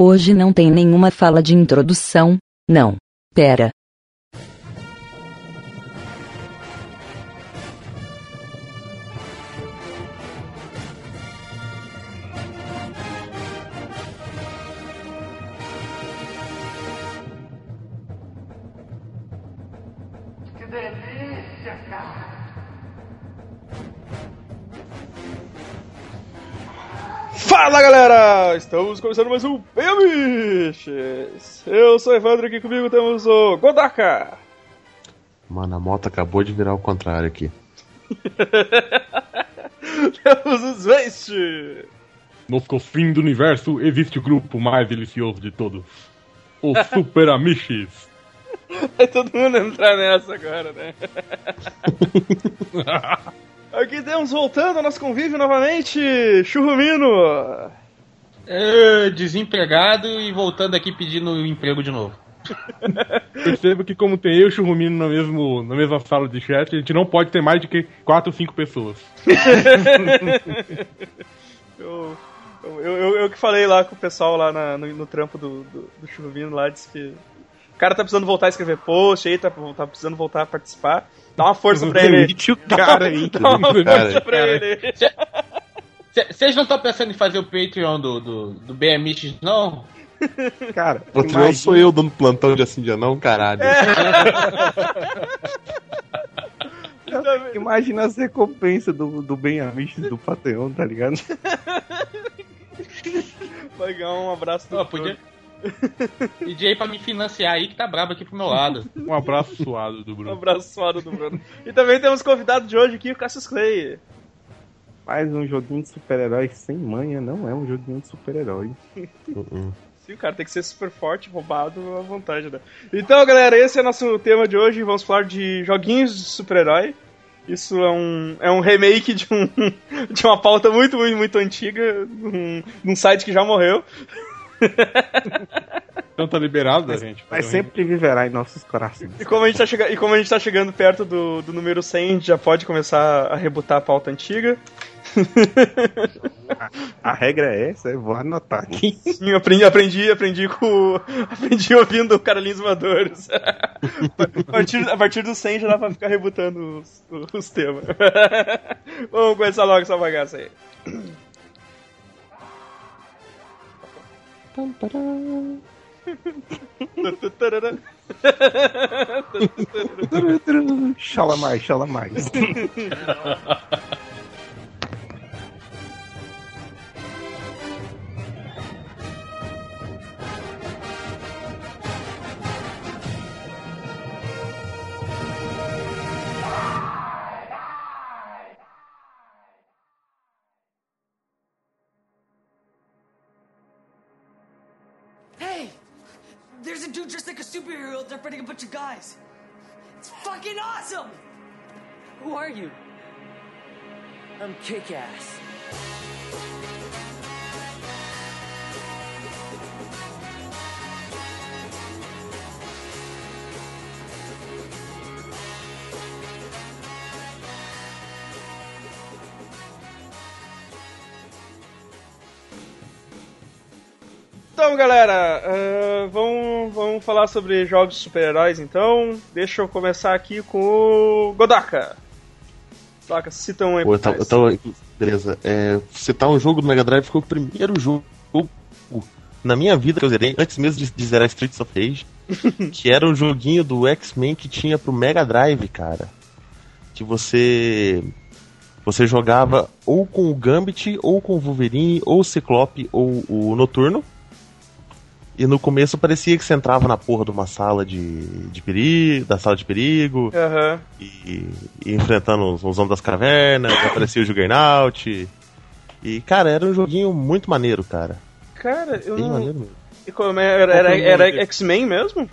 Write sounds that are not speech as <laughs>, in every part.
Hoje não tem nenhuma fala de introdução, não. Pera. Que delícia, cara! Fala galera! Estamos começando mais um Biches! Eu sou o Evandro e aqui comigo temos o Godaka! <laughs> Mano, a moto acabou de virar o contrário aqui. temos o Zveist! No cofim do universo existe o grupo mais delicioso de todos. Os Super Amishis. Vai todo mundo entrar nessa agora, né? <laughs> aqui temos voltando ao nosso convívio novamente, Churrumino! É, desempregado e voltando aqui pedindo emprego de novo. Perceba que como tem eu e o Churrumino na, mesmo, na mesma sala de chat, a gente não pode ter mais de que 4 ou 5 pessoas. Eu, eu, eu, eu que falei lá com o pessoal lá na- no, no trampo do, do, do Churrumino lá, disse que o cara tá precisando voltar a escrever post aí, tá, tá precisando voltar a participar. Dá uma força <laughs> pra ele. o cara aí. Dá uma força Cara, pra ele. Vocês não estão pensando em fazer o Patreon do, do, do BMX, não? cara outro não sou eu dando plantão de assim dia não, caralho. Imagina as recompensas do, do Ben Amish do Patreon, tá ligado? Vai ganhar um abraço do Ah, Ó, podia. <laughs> Pedir aí pra me financiar aí que tá brabo aqui pro meu lado. Um abraço suado do Um Bruno. abraço suado do Bruno. E também temos convidado de hoje aqui, o Cassius Clay. Mas um joguinho de super-herói sem manha não é um joguinho de super-herói. Uh-uh. Sim, o cara tem que ser super forte, roubado, à vontade, né? Então, galera, esse é nosso tema de hoje. Vamos falar de joguinhos de super-herói. Isso é um, é um remake de, um, <laughs> de uma pauta muito, muito, muito antiga, num, num site que já morreu. Então tá liberado da gente. Mas sempre viverá em nossos corações. E como a gente tá, chega- e como a gente tá chegando perto do, do número 100, a gente já pode começar a rebutar a pauta antiga. A regra é essa, eu vou anotar <laughs> aqui. Sim, eu aprendi, aprendi, aprendi com. <laughs> Aprendi ouvindo o Carlinhos Madores. <laughs> a, partir, a partir do 100 já dá pra ficar rebutando os, os temas. <laughs> Vamos começar logo essa bagaça aí. Chala mais, chala mais. Hey, there's a dude dressed like a superhero out there fighting a bunch of guys. It's fucking awesome. Who are you? I'm Kick-Ass. Então, galera, ah, vamos, vamos falar sobre jogos de super-heróis então. Deixa eu começar aqui com o Godaka. Godaka, cita um aí Pô, tá- eu pra tava, eu nós. tava- Beleza. É, citar um jogo do Mega Drive foi o primeiro jogo na minha vida que eu zerei, antes mesmo de, de zerar Streets of Rage, que era um joguinho do X-Men que tinha pro Mega Drive, cara. Que você. Você jogava ou com o Gambit, ou com o Wolverine, ou o Ciclope, ou o Noturno. E no começo parecia que você entrava na porra de uma sala de, de perigo, da sala de perigo, Aham. e, e enfrentando os, os homens das cavernas, aparecia o Juggernaut. E, cara, era um joguinho muito maneiro, cara. Cara, eu Bem não. maneiro mesmo. e como é- Era, era, era X-Men mesmo?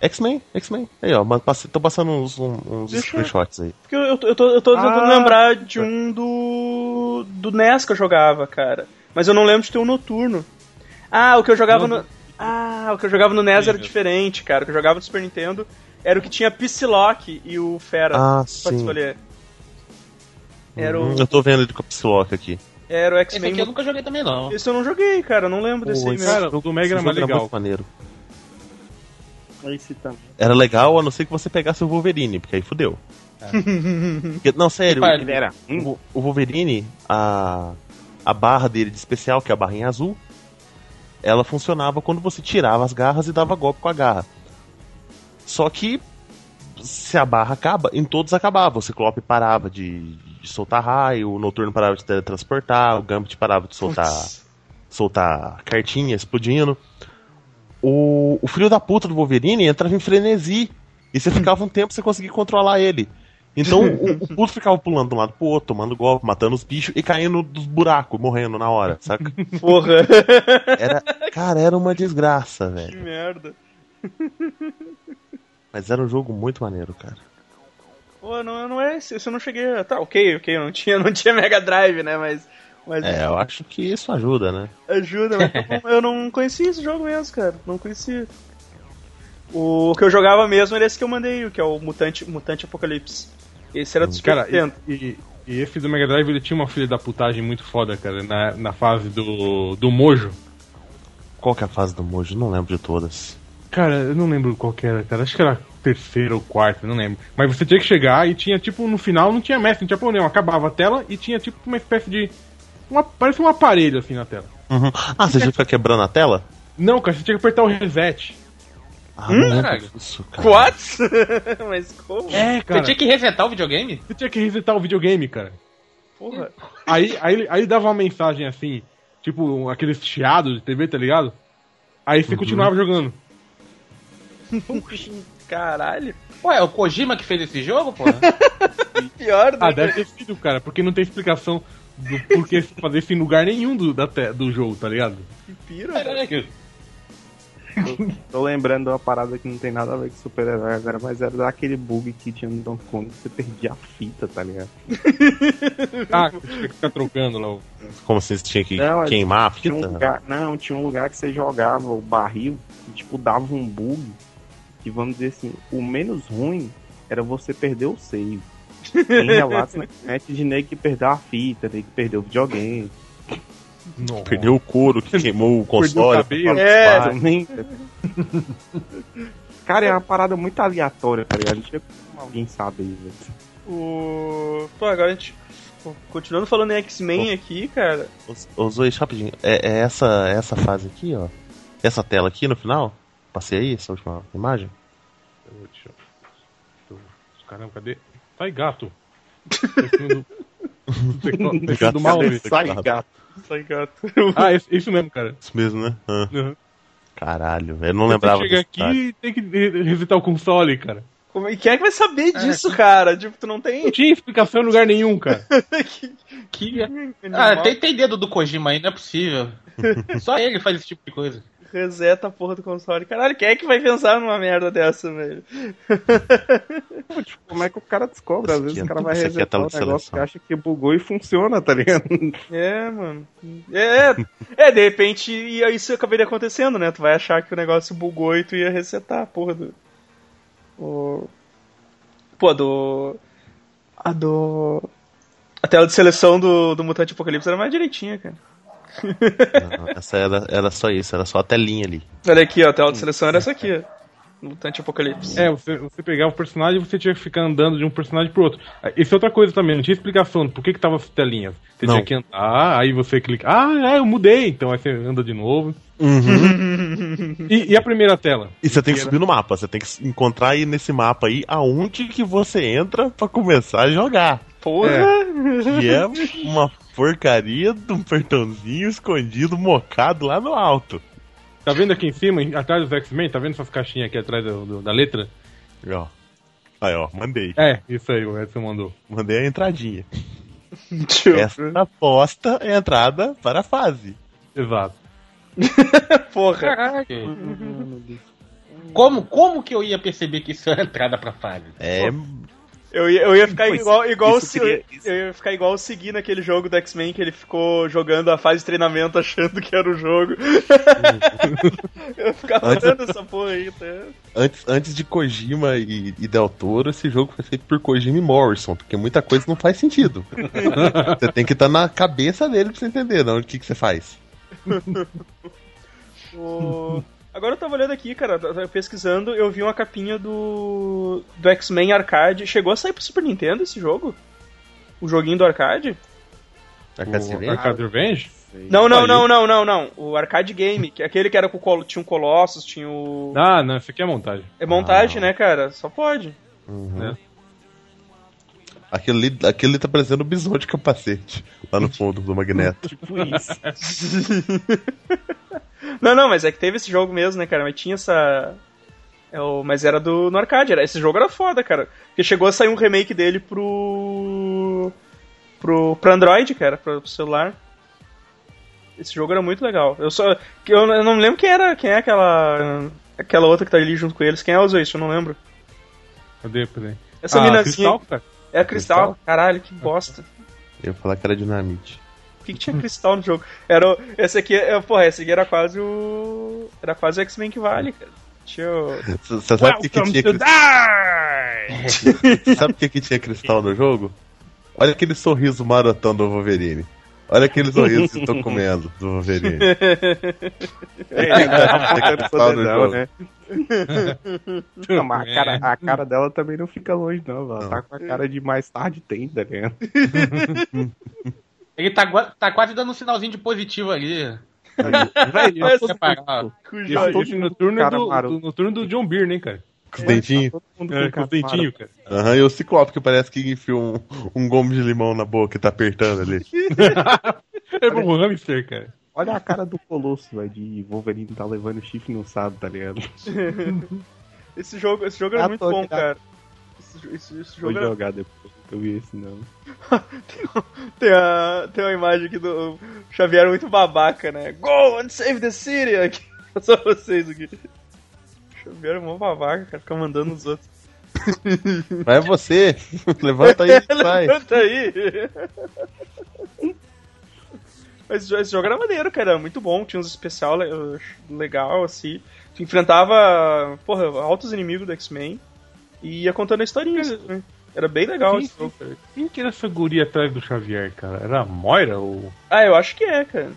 X-Men, X-Men. Aí, ó, mas passe- tô passando uns, um- uns Deixa eu- screenshots aí. Porque eu, eu, tô- eu tô, eu tô tentando Ah. lembrar de tá. um do. do NES que eu jogava, cara. Mas eu não lembro de ter um noturno. Ah, o que eu jogava no. Ah, o que eu jogava no NES era diferente, cara. O que eu jogava no Super Nintendo era o que tinha Psylocke e o Fera. Ah, Pode sim. Uhum. escolher. Era o. Hum, Eu tô vendo ele com a Psylocke aqui. Era o Esse X-Men. aqui é eu nunca joguei também, não. Esse eu não joguei, cara. Eu não lembro desse Pô, aí esse mesmo. cara, o do Mega era Esse mais jogo legal. muito maneiro. Esse também. Era legal, a não ser que você pegasse o Wolverine, porque aí fudeu. Porque- não, sério, Epa, ele era. hum, O Um o Wolverine, a, a barra dele de especial, que é a barrinha azul, ela funcionava quando você tirava as garras e dava golpe com a garra. Só que se a barra acaba, em todos acabava. O Ciclope parava de, de soltar raio, o Noturno parava de teletransportar, o Gambit parava de soltar Putz. soltar cartinha explodindo. O, o filho da puta do Wolverine entrava em frenesi. E você ficava um tempo sem conseguir controlar ele. <laughs> Então o, o puto ficava pulando de um lado pro outro, tomando golpe, matando os bichos e caindo dos buracos, morrendo na hora, saca? <laughs> Porra. Era, cara, era uma desgraça, que velho. merda. Mas era um jogo muito maneiro, cara. Pô, não, não é esse. Esse eu não cheguei. a- Tá, ok, ok. Eu não tinha, não tinha Mega Drive, né? Mas. Mas É, eu acho que isso ajuda, né? ajuda, mas tá bom, eu não conhecia esse jogo mesmo, cara. Não conhecia. O que eu jogava mesmo era esse que eu mandei, o que é o Mutante, Mutante Apocalipse. Esse era do Super Cara, Nintendo. e, e- e esse do Mega Drive ele tinha uma filha da putagem muito foda, cara, na, na fase do, do Mojo. Qual que é a fase do Mojo? Não lembro de todas. Cara, eu não lembro qual que era, cara. Acho que era a terceira ou quarta, não lembro. Mas você tinha que chegar e tinha, tipo, no final não tinha mestre, não tinha pão nenhum. Acabava a tela e tinha, tipo, uma espécie de. Uma, parece um aparelho assim na tela. Uhum. Ah, você já fica quebrando a tela? Não, cara, você tinha que apertar o reset. Ah, não lembro Caralho. disso, cara. What? <laughs> mas como? É, Você cara. tinha que resetar o videogame? Você tinha que resetar o videogame, cara. Porra. Aí, aí, ele- aí ele dava uma mensagem assim, tipo, aqueles chiados de TV, tá ligado? Aí você continuava jogando. Caralho. Ué, é o Kojima que fez esse jogo, pô? Pior do Ah, deve ter sido, cara, porque não tem explicação do porquê se fazer isso em lugar nenhum do, da te- do jogo, tá ligado? que pira. Caralho. Tô lembrando de uma parada que não tem nada a ver com super-herói agora, mas era daquele bug que tinha no Donkey Kong, que você perdia a fita, tá ligado? Ah, <laughs> que você tinha que ficar trocando lá. o- Como assim você tinha que Não, queimar a Tinha um fita? lugar, não, tinha um lugar que você jogava o barril e, tipo, dava um bug. Que vamos dizer assim, o menos ruim era você perder o save. Tem relatos na internet de nego que perdeu a fita, nego que perdeu o videogame. Nossa. Perdeu o couro que queimou o Perdeu o console. cabelo. É, Mas eu um nem- Cara, é uma parada muito aleatória, tá ligado? Não tinha como alguém saber, velho. o. Pô, agora a gente. Continuando falando em X-Men aqui, cara. Os- Os dois, rapidinho. É, é essa, essa fase aqui, ó. Essa tela aqui no final. Passei aí essa última imagem. Deixa eu- deixa eu- Caramba, cadê? Sai gato. Teclado do mal. né, Cadê? Luiz. Sai, gato. Sai gato. Ah, isso, isso mesmo, cara. Isso mesmo, né? Ah, Uhum. Caralho, eu não Você lembrava. chega desse aqui detalhe. e tem que re- resetar o console, cara. Como... E quem é que vai saber disso, cara? Tipo, tu não tem. Não tinha explicação em lugar nenhum, cara. que... Que... Ah, animal tem, tem dedo do Kojima aí, não é possível. Só ele faz esse tipo de coisa. que Reseta a porra do console. Caralho, quem é que vai pensar numa merda dessa, velho? Como é que o cara descobre? Às Isso vezes aqui é o cara tudo- vai isso aqui é resetar tela um de negócio seleção. que acha que bugou e funciona, tá ligado? É, mano. É, é, é, de repente e aí isso acabaria acontecendo, né? Tu vai achar que o negócio bugou e tu ia resetar a porra do. O... Pô, a do. A do. A tela de seleção do, do Mutante Apocalipse era mais direitinha, cara. Não, essa era, era só isso, era só a telinha ali. Olha aqui, ó, a tela de seleção era essa aqui, ó. Mutante Apocalipse. É, você, você pegava o personagem e você tinha que ficar andando de um personagem pro outro. Ah, Isso é outra coisa também, não tinha explicação do por que que tava as telinhas. Você Não. tinha que andar, aí você clica. Ah, é, eu mudei. Então aí você anda de novo. <laughs> E, e a primeira tela? E você tem que subir no mapa, você tem que encontrar aí nesse mapa aí aonde que você entra pra começar a jogar. Porra! Que <laughs> é uma porcaria de um portãozinho escondido, mocado lá no alto. Tá vendo aqui em cima, em- atrás dos X-Men? Tá vendo essas caixinhas aqui atrás do- do- da letra? E, ó. Aí, ó, mandei. É, isso aí, o Edson mandou. Mandei a <laughs> entradinha. Tio. Esta aposta é a entrada para a fase. Exato. Porra! Caralho. é Como, como que eu ia perceber que isso era entrada pra fase? É Eu ia, eu ia ficar Pois, igual, igual isso o Se- seria- isso- eu ia ficar igual o Segui naquele jogo do X-Men que ele ficou jogando a fase de treinamento achando que era o <laughs> jogo. eu ficava Antes- olhando essa porra aí, tá? Antes, antes de Kojima e, e Del Toro, esse jogo foi feito por Kojima e Morrison, porque muita coisa não faz <laughs> sentido. você tem que estar na cabeça dele pra você entender não, o que, que você faz. O- Agora eu tava olhando aqui, cara, eu tava pesquisando, eu vi uma capinha do do X-Men Arcade. Chegou a sair pro Super Nintendo esse jogo? O joguinho do arcade? Arcade Revenge? O Arcade Tá Revenge? Não, não, Saiu. não, não, não, não. O Arcade Game, que é aquele que era com o Col- tinha o Colossus, tinha o Ah, não, isso aqui é montagem. É montagem, né, cara? Só pode. Aquele, ali- aquele ali tá parecendo um bison de capacete lá no fundo do Magneto. Tipo isso. Não, não, mas é que teve esse jogo mesmo, né, cara? Mas tinha essa. É o... Mas era do no arcade. Era... Esse jogo era foda, cara. Porque chegou a sair um remake dele pro. pro. pro Android, cara, pro, pro celular. Esse jogo era muito legal. Eu só. que Eu eu não lembro quem era. Quem é aquela. Aquela outra que tá ali junto com eles. Quem é usou isso? Eu não lembro. Cadê? Cadê? Essa ah, assim, minazinha. Cristal, <laughs> cara? É a cristal. Caralho, que bosta. Eu ia falar que era dinamite. Por que, que tinha cristal no jogo? Era o, esse aqui, é, porra, esse aqui era quase o. Era quase o X-Men que vale, cara. Tinha o. Você você sabe o que, que tinha cristal? <laughs> <laughs> sabe o que, que tinha cristal no jogo? Olha aquele sorriso marotão do Wolverine. Olha aquele sorriso que estão comendo do <laughs> Wolverine. É, Tem <laughs> cristal no não, jogo. né? <laughs> Não, mas <laughs> a cara, a cara dela também não fica longe, É. não. Ela Não. tá com a cara de mais tarde tem, tá ligado? Ele tá, gua- tá quase dando um sinalzinho de positivo ali. Velho, Mas- todo Separado. Cujo- Já tô- Isso no turno, Cara, é do, maroto. Tá do- no turno do John Byrne, hein, cara? Com os dentinhos. mundo É, com os dentinhos, cara. Aham, e o Ciclope que parece que enfiou um, um gomo de limão na boca e tá apertando ali. É como o hamster, cara. Olha a cara do Colosso, velho, de Wolverine tá levando o chifre e não sabe, tá ligado? Esse jogo, esse jogo era Ah, muito tô bom, ligado. cara. Esse, jo- esse- esse Vou jogo era... jogar depois, eu vi esse não. tem, a, tem uma imagem aqui do o Xavier muito babaca, né? Go and save the city! Aqui, <laughs> só vocês aqui. O Xavier é mó babaca, cara, fica mandando os outros. Vai é você! <laughs> Levanta aí e sai. Levanta Tá, aí! Mas esse esse jogo era maneiro, cara, era muito bom, tinha uns especial le- legal, assim. Tu enfrentava, porra, altos inimigos do X-Men e ia contando a historinha. né? Era bem legal Sim, esse jogo. cara. Quem que era essa guria atrás do Xavier, cara? Era a Moira ou Ah, eu acho que é, cara.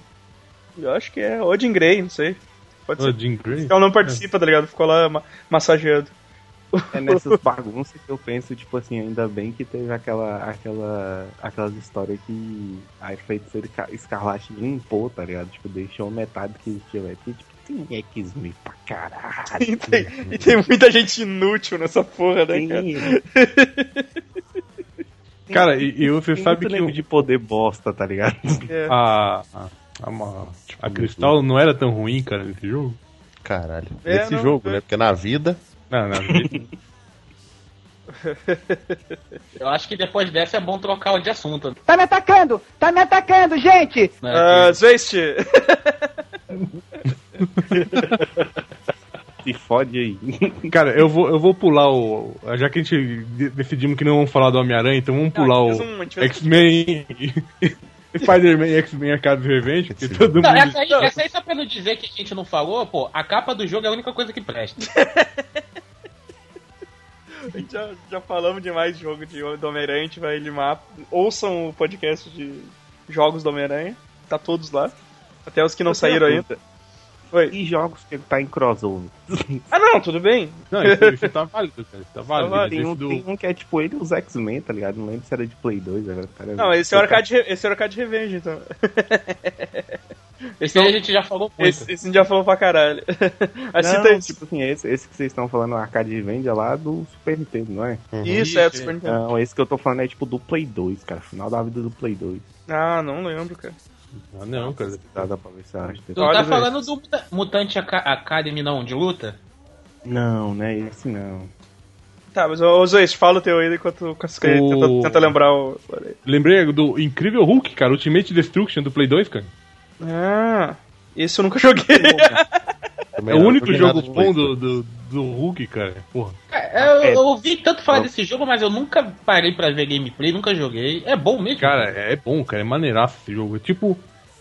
Eu acho que é. Odin Grey, não sei. Pode ou a ser. Jean Grey? Ela não participa, tá ligado? Ficou lá ma- massageando. É nessas bagunças que eu penso, tipo assim, ainda bem que teve aquela, aquela, aquelas histórias que a feiticeira Ca- escarlate limpou, tá ligado? Tipo, deixou metade que existia, velho. Porque, tipo, tem X-Men pra caralho. E tem, <laughs> e tem muita gente inútil nessa porra, né, Tem, cara? Cara, e, e você tem sabe muito que nego o- é de poder bosta, tá ligado? É. a, a, a, a- a Tipo, Cristal não era tão ruim, cara, nesse jogo? Caralho. É, Nesse não, jogo, é. né? Porque na vida. Não, na vida. Eu acho que depois dessa é bom trocar de assunto. Né? Tá me atacando! Tá me atacando, gente! Ah, <laughs> Zwest, Se fode aí. cara, eu vou, eu vou pular o. Já que a gente de- decidimos que não vamos falar do Homem-Aranha, então vamos pular a gente o. fez um- a gente fez um- X-Men. Spider-Man e X-Men Arcade Revenge, porque Esse todo Não, é mundo. essa aí, essa aí só pra não dizer que a gente não falou, pô, a capa do jogo é a única coisa que presta. já, já falamos demais de jogo de do Homem-Aranha, a gente vai limar. Ouçam o podcast de jogos do Homem-Aranha. Tá todos lá. Até os que não saíram ainda. Oi. E jogos que ele tá em crossover? Ah não, tudo bem. Não, isso, isso tá válido, cara. Isso tá válido. válido. Tem Esse um, do- tem um que é tipo ele e os X-Men, tá ligado? Não lembro se era de Play 2, agora tá ligado? Não, esse é o arcade, re- esse é o arcade revenge, então. Esse aí a gente já falou muito. Esse, esse a gente já falou pra caralho. <laughs> Aí cita- Não, tipo assim, esse, esse que vocês estão falando, o arcade vende é lá do Super Nintendo, não é? Isso, é do Super Nintendo. Não, esse que eu tô falando é tipo do Play 2, cara. Final da vida do Play 2. Ah, não lembro, cara. Ah, não, é. cara. Dá, dá pra ver se eu acho. Tu não tá Olha, falando do Muta- Mutante Aca- Academy, não, de luta? Não, né? Esse não. Tá, mas ô Zois, fala o teu aí enquanto o Cascaia O- tenta, tenta lembrar o. Lembrei do Incrível Hulk, cara. Ultimate Destruction do Play 2, cara. <laughs> Ah, esse eu nunca joguei. Eu É o único jogo bom do, do, do Hulk, cara. Porra. É, É. eu eu ouvi tanto falar Não. desse jogo, mas eu nunca parei pra ver gameplay, nunca joguei. É bom mesmo. Cara, é bom, cara. É maneiraço esse jogo. É tipo.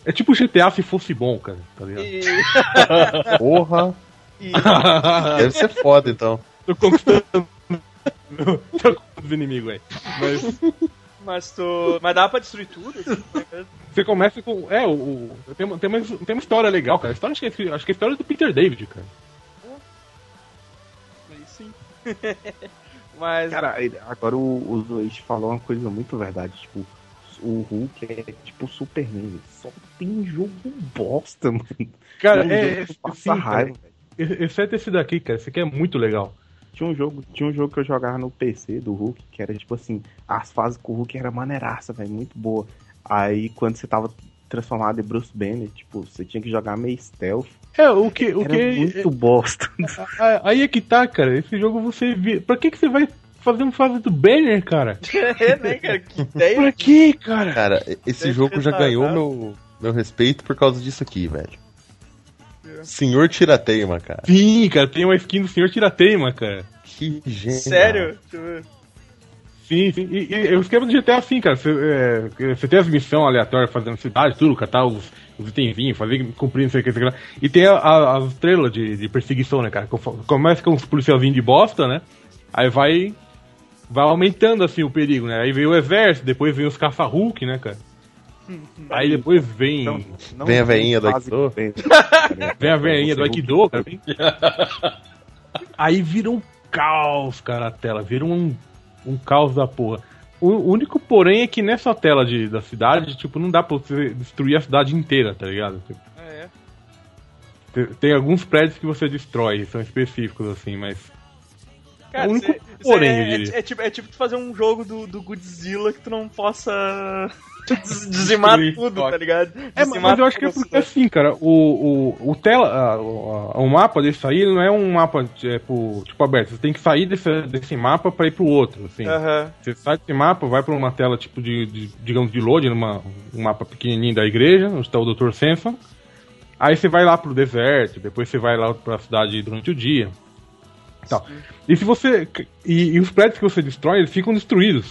É tipo GTA se fosse bom, cara. Tá ligado? E, Porra, e- <laughs> deve ser foda então. Tô conquistando. <laughs> Tô conquistando os inimigos aí. Mas. mas tu. Mas dá pra destruir <laughs> tudo? Você começa com. É, o. o- tem, uma- tem, uma, tem uma história legal, cara. A história, acho, que, é- acho que a história é do Peter David, cara. Aí sim. <laughs> Mas. Cara, ele- agora o, o Zoid falou uma coisa muito verdade, tipo, o Hulk é tipo o Superman, velho. só tem jogo bosta, mano. Cara, Tem um é. é jogo que sim, passa cara. raiva. velho. E- Exceto esse daqui, cara. Esse aqui é muito legal. Tinha um, jogo, tinha um jogo que eu jogava no PC do Hulk, que era tipo assim, as fases com o Hulk era maneiraça, velho, muito boa. Aí quando você tava transformado em Bruce Banner, tipo, você tinha que jogar meio stealth. É, o que. O Era que é, muito bosta. a- aí é que tá, cara. Esse jogo você. Vi... Pra que, que você vai fazer uma fase do Banner, cara? é, <laughs> né, cara? Que ideia. Pra que, cara? Cara, esse Deve jogo já ser ganhou tardado. meu, meu respeito por causa disso aqui, velho. É. Senhor Tirateima, cara. Sim, cara. Tem uma skin do Senhor Tirateima, cara. Que gênio. Sério? Tipo, Sim, sim. E, e, e o esquema do GTA é assim, cara. Você, é, você tem as missões aleatórias fazendo cidade, tudo, catar os, os itenzinhos, fazer cumprir, não sei o que, não sei o que lá. E tem a- a- as estrelas de, de perseguição, né, cara? Conforme- Começa com os policialzinhos de bosta, né? Aí vai. Vai aumentando assim o perigo, né? Aí vem o exército, depois vem os caça-hulk, né, cara? Aí depois vem. Não, não Vem a veinha do fase Aikido. que vem. Vem a veinha do Você Aikido, cara. vem- Aí vira um caos, cara, a tela. Vira um, um caos da porra. O único porém é que nessa tela de, da cidade, tipo, não dá pra você destruir a cidade inteira, tá ligado? Tipo, ah, é. te- tem alguns prédios que você destrói, são específicos, assim, mas. Cara, O único cê- cê porém, é- eu diria. é, é tipo, é tipo tu fazer um jogo do, do Godzilla que tu não possa <laughs> des- dizimar Destruir. tudo, tá ligado? É, mas, mas eu acho que é porque assim, cara, o, o, o tela, a- o- a- o mapa desse aí não é um mapa tipo, tipo aberto. Você tem que sair desse, desse mapa pra ir pro outro, assim. Aham. Você sai desse mapa, vai pra uma tela tipo de, de- digamos, de load, numa, um mapa pequenininho da igreja, onde está o Dr. Samson. Aí você vai lá pro deserto, depois você vai lá pra cidade durante o dia. Tal. E se você. E, e os prédios que você destrói, eles ficam destruídos.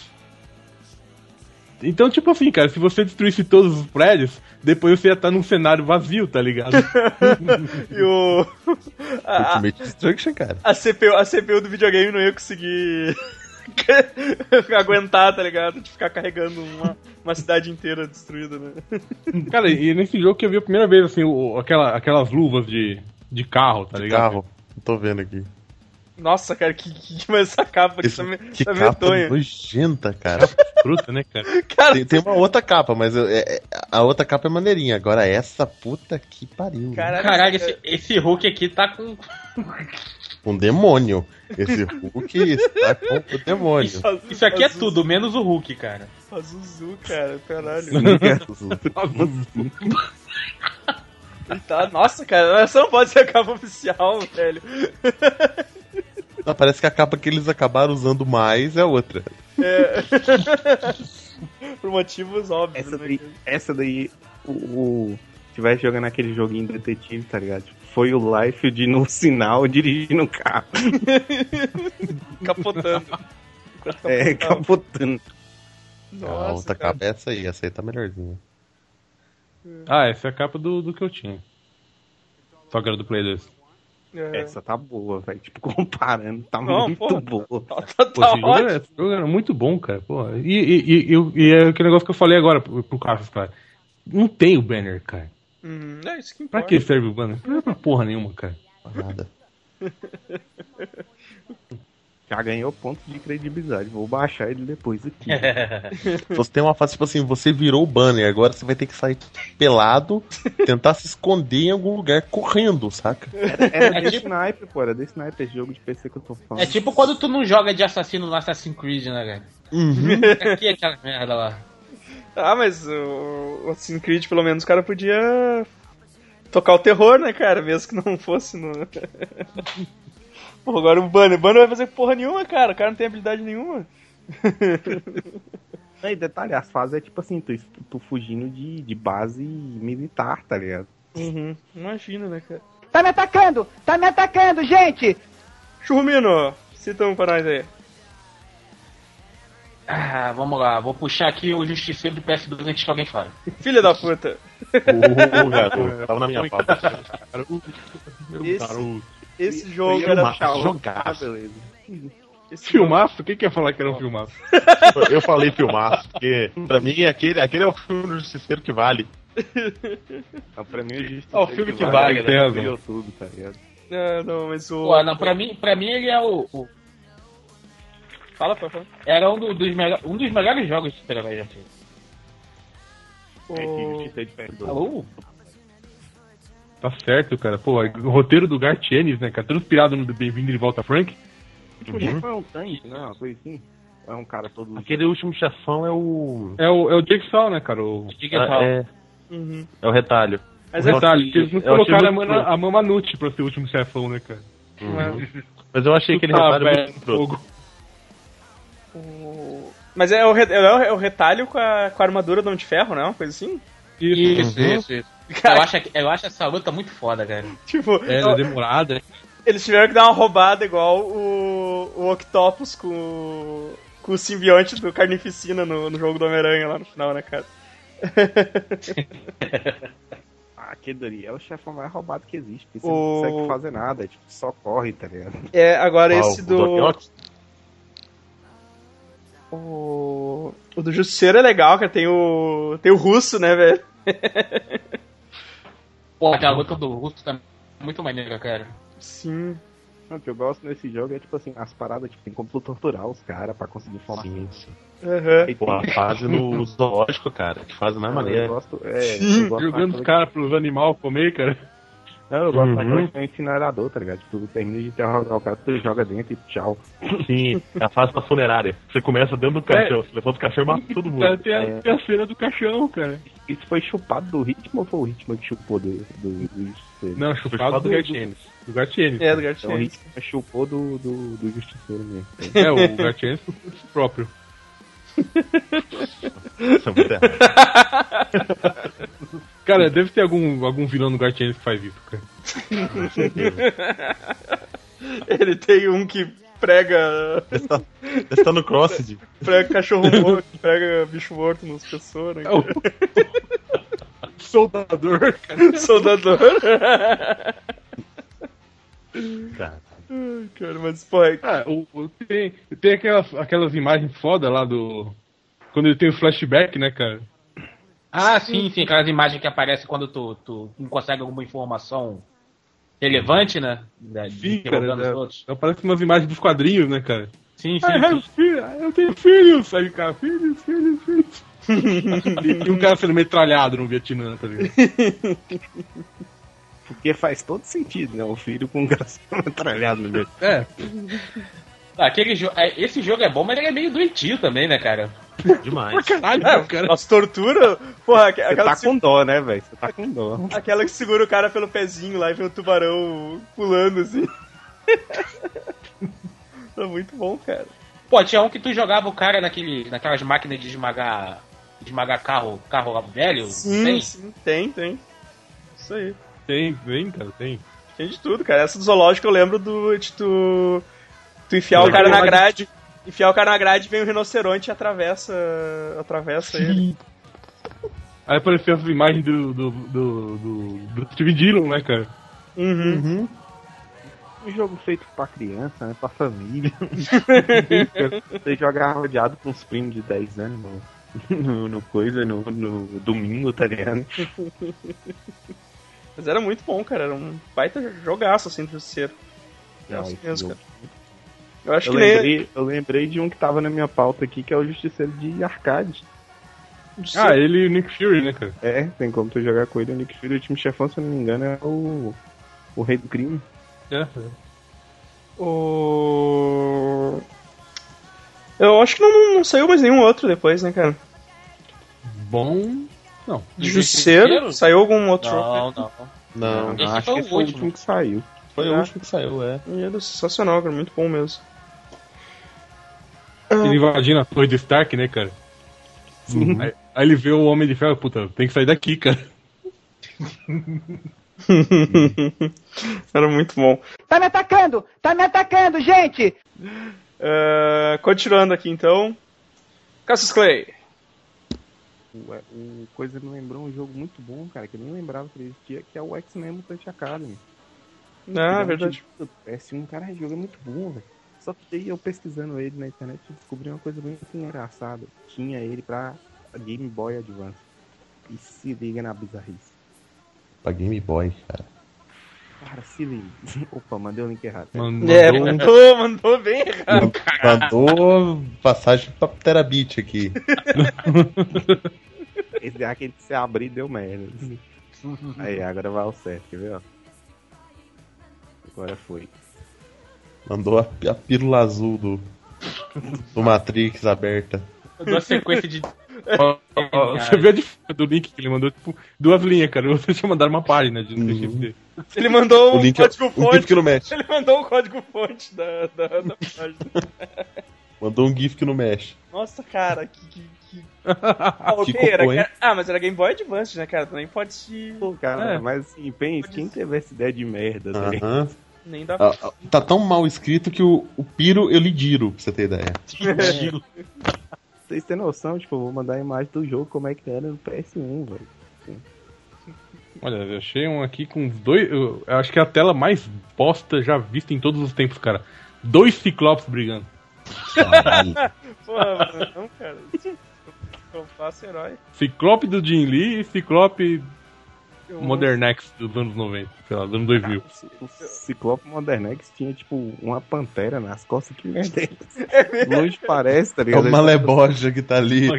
Então, tipo assim, cara, se você destruísse todos os prédios, depois você ia estar num cenário vazio, tá ligado? E o. <laughs> a, a, Ultimate Destruction, cara. a CPU, a CPU do videogame não ia conseguir <laughs> aguentar, tá ligado? De ficar carregando uma, uma cidade inteira destruída, né? cara, e nesse jogo que eu vi a primeira vez, assim, o- aquela, aquelas luvas de, de carro, tá ligado? Carro. Não tô vendo aqui. Nossa, cara, que, que, que mas essa capa que Esse- tá, me, que tá capa medonha. nojenta, cara. Fruta, né, cara? Cara, Tem, tem uma outra capa, mas eu- é- é- a outra capa é maneirinha. Agora essa puta que pariu. caralho, Cara... Caralho, esse, esse Hulk aqui tá com. Um demônio. Esse Hulk está com o demônio. <laughs> Isso, isso aqui é tudo, menos o Hulk, cara. Azuzu, cara, caralho. Tá, nossa, cara, essa não pode ser a capa oficial, velho. Ah, parece que a capa que eles acabaram usando mais é outra. Por motivos óbvios, Essa né? daí, essa daí o, o tivesse jogando aquele joguinho detetive, tá ligado? Tipo, Foi o Life no sinal dirigindo o carro. Capotando. <laughs> É, capotando. a outra cara. capa é essa aí, essa aí tá melhorzinha. Ah, essa é a capa do, do que eu tinha. Só que era do Play 2. É. Essa tá boa, velho. Tipo, <laughs> comparando, tá Não, muito porra. boa. Tá, tá- Pô, tá esse, jogo era, ótimo. esse jogo era muito bom, cara. Pô, e, e, e, e- e é aquele negócio que eu falei agora pro, pro Cassius, cara. Não tem o banner, cara. Hum, é isso que Pra importa. que serve o banner? Não é pra porra nenhuma, cara. Nada. Já ganhou ponto de credibilidade. Vou baixar ele depois aqui. É. Você tem uma fase, tipo assim, você virou o banner, agora você vai ter que sair pelado, tentar se esconder em algum lugar correndo, saca? Era É de tipo- sniper, pô. Era de sniper, esse jogo de PC que eu tô falando. É tipo quando tu não joga de assassino no Assassin's Creed, né, cara? <laughs> Aqui é aquela merda lá. Ah, mas o o Assassin's Creed, pelo menos, o cara podia tocar o terror, né, cara? Mesmo que não fosse no. <laughs> Porra, agora o banner. O banner vai fazer porra nenhuma, cara. O cara não tem habilidade nenhuma. E detalhe, as fases é tipo assim, tu, tu fugindo de, de base militar, tá ligado? Uhum. Imagina, né, cara? Tá me atacando! Tá me atacando, gente! Churrumino, cita um pra nós aí. Ah, vamos lá, vou puxar aqui o Justiceiro do PS2 antes que alguém fale. Filha da puta. Ô, garoto, tava na minha pauta. Meu Esse- garoto. é Esse jogo Eu era mato, chato. Ah, jogaço. beleza. Esse Filmaço? Quem quer falar que era um filmaço? Eu falei filmaço, porque pra mim aquele, aquele é o filme do justiceiro que vale. Ah, pra mim, eu É Ó, o filme que vale, né? Filho tudo, tá ligado? Não, não, mas o. Pô, não, pra mim, pra mim ele é o. o- Fala, por favor. era um, do- dos melhor- um dos melhores jogos de super-herói já feito. É que O... justiça é diferente. Alô? Tá certo, cara. Pô, o roteiro do Gartienes, né, cara? Tudo inspirado no Bem-vindo de Volta Frank. Uhum. Foi um tanque, né? Uma coisa assim. É um cara todo. Aquele último chefão é o. É o, é o Jigsaw, né, cara? O, Diga só. É, Uhum. é o retalho. Mas é, Nossa, detalhe, que eles não eu achei colocaram a, muito mana, a Mama Nucci pra ser o último chefão, né, cara? Mas eu achei aquele retalho muito escroto. Ah, fogo. o... mas é, o re- é o retalho com a, com a armadura do Homem de Ferro, não? é Uma coisa assim? <laughs> Isso. Isso, isso, isso. Eu acho, que- eu acho essa luta muito foda, cara. Tipo, Então, Era demorada. eles tiveram que dar uma roubada igual o, o Octopus com o, com o simbionte do Carnificina no, no jogo do Homem-Aranha lá no final, né, cara? Ah, aquele ali é o chefão mais roubado que existe. Porque O- você não consegue fazer nada. Tipo, só corre, tá ligado? É, agora Qual? esse O do. Doc Ock? O, o do Justiceiro é legal, cara. Tem o. Tem o russo, né, velho? Pô, aquela luta do Russo tá muito maneira, cara. Sim. <laughs> Não, O que eu gosto nesse jogo é, tipo assim, as paradas que tem como tu torturar os caras pra conseguir formar. Sim, sim. Aham. Aí tem- Pô, Tipo, a fase <laughs> no zoológico, cara, que fase mais Eu maneira. gosto, <laughs> é, eu gosto Jogando os daquela- caras pros animais comer, cara. Não, eu gosto Uhum. daquela que tem um incinerador, tá ligado? Tu termina de interrogar o cara, tu joga dentro e tchau. Sim, é a fase da funerária. Você começa dentro do caixão, você levanta o caixão e mata todo Cara, mundo. tem a, tem a cena do caixão, cara. Isso foi chupado do ritmo ou foi o ritmo que chupou do, do, do justiceiro? Fala Não, chupado do do Gartienes. Do Gartienes. É, do Então o Gartienes. ritmo chupou do, do, do justiceiro mesmo. <laughs> É, o Gartienes foi por si próprio. Isso é muito errado. Cara, deve ter algum, algum vilão do Gartienes que faz isso, cara. <laughs> Ele tem um que prega, Você tá- Você tá no crossed. prega cachorro morto, prega bicho morto nas pessoas, né? É o... Soldador, cara. Soldador. Cara. Ai, cara, mas, pô, é- Ah, o, o- tem, tem aquelas, aquelas imagens foda lá do. Quando ele tem o flashback, né, cara? Ah, sim, sim, aquelas imagens que aparecem quando tu, tu não consegue alguma informação relevante, né? Da, de Sim, cara. interrogando os outros. é- Aparecem umas imagens dos quadrinhos, né, cara? Sim, sim. Ah, eu, sim. tenho filho- ah, eu tenho filhos! Aí, cara, filhos, filhos, filhos. <laughs> e, e um cara sendo metralhado no Vietnã, tá ligado? Porque faz todo sentido, né? O filho com o graça <laughs> metralhado no meio. É, Ah, <laughs> Aquele jo é, esse jogo é bom, mas ele é meio doentio também, né, cara? Demais. <laughs> caralho, é, cara. as tortura, porra, aque- Você aquela, tá que com dó, né, velho? Você tá com dó. se- aquela que segura o cara pelo pezinho lá e vê o tubarão pulando, assim. tá muito bom, cara. Pô, tinha um que tu jogava o cara naquele, naquelas máquinas de esmagar. de esmagar carro, carro lá velho. Sim, tem? sim, tem, tem. Isso aí. Tem, tem, cara, tem. Tem de tudo, cara. Essa do zoológico eu lembro do, de tu, tu enfiar o cara na grade, enfiar o cara na grade, vem o rinoceronte e atravessa, atravessa ele. Aí apareceu as imagens do, do, do, do, do Steve Dillon, né, cara? Uhum. Um jogo feito pra criança, né? Pra família. <laughs> Você joga rodeado com os primos de 10 anos, mano. No, no coisa, no, no domingo, tá ligado? Mas era muito bom, cara. Era um baita jogaço, assim, do Justiceiro. Não, Nossa, esse Deus, jogo. Eu acho Eu que é- nem... lembrei, eu lembrei de um que tava na minha pauta aqui, que é o Justiceiro de Arcade. Ah, ele e o Nick Fury, né, cara? É, tem como tu jogar com ele. O Nick Fury, o time chefão, se eu não me engano, é o, o Rei do Crime. É. O... Eu acho que não, não saiu mais nenhum outro depois, né, cara? Bom. Não. De Justiceiro? Justiceiro? Saiu algum outro Ah, jogo? né? Não, não. Não, Esse acho foi que o esse foi o último. último que saiu. foi o último que saiu, é. E Era sensacional, cara. Muito bom mesmo. Ele invadindo a torre do Stark, né, cara? Sim. Aí, aí ele vê o Homem de Ferro, puta, tem que sair daqui, cara. Era muito bom. Tá me atacando! Tá me atacando, gente! Ah, continuando aqui então. Cassius Clay. O, é, o Coisa me lembrou um jogo muito bom, cara, que eu nem lembrava que ele existia, que é o X-Men Mutant Academy. Ah, Ele é um verdade. tipo do PS1, cara, esse jogo é muito bom, velho. Só que daí eu pesquisando ele na internet eu descobri uma coisa muito engraçada. Tinha ele pra Game Boy Advance. E se liga na bizarrice. Pra Game Boy, cara. Cara, se liga. <laughs> Opa, mandei o link errado. Mano, É, mandou um- mandou, mandou bem errado. Ah, Mandou passagem pra Terabit aqui. Esse é aquele que você abrir deu merda. Aí, agora vai o certo, quer ver, ó? Agora foi. Mandou a, a pílula azul do, do Matrix aberta. Uma sequência <laughs> de. ó, Você viu a diferença do link que ele mandou? Tipo, duas linhas, cara. <laughs> Vocês tinham mandado uma página de TXT. Ele mandou O o, link, é- código o GIF fonte. que não mexe. Ele mandou o código fonte da, da, da página. Mandou um GIF que não mexe. Nossa, cara, que. que, que... Alteira, Ficou, hein? cara. Ah, mas era Game Boy Advance, né, cara? Também pode se. Pô, cara, É. mas assim, pensa, quem teve essa ideia de merda, tá ligado? Aham. Nem dá Ah, ah, Tá tão mal escrito que o, o Piro eu lhe diro, pra você ter ideia. <laughs> Vocês têm noção, tipo, eu vou mandar a imagem do jogo, como é que era no PS1, velho. <laughs> Olha, eu achei um aqui com dois. Eu eu acho que é a tela mais bosta já vista em todos os tempos, cara. Dois ciclopes brigando. <laughs> Caralho. Porra, mano, não, cara. Eu faço herói. Ciclope do Jin Lee e Ciclope Eu- Modernex dos anos 90, sei lá, dos anos 2000. O Ciclope Modernex tinha, tipo, uma pantera nas costas que merda. é Longe parece, tá É ligado? o Maleboja que tá ali.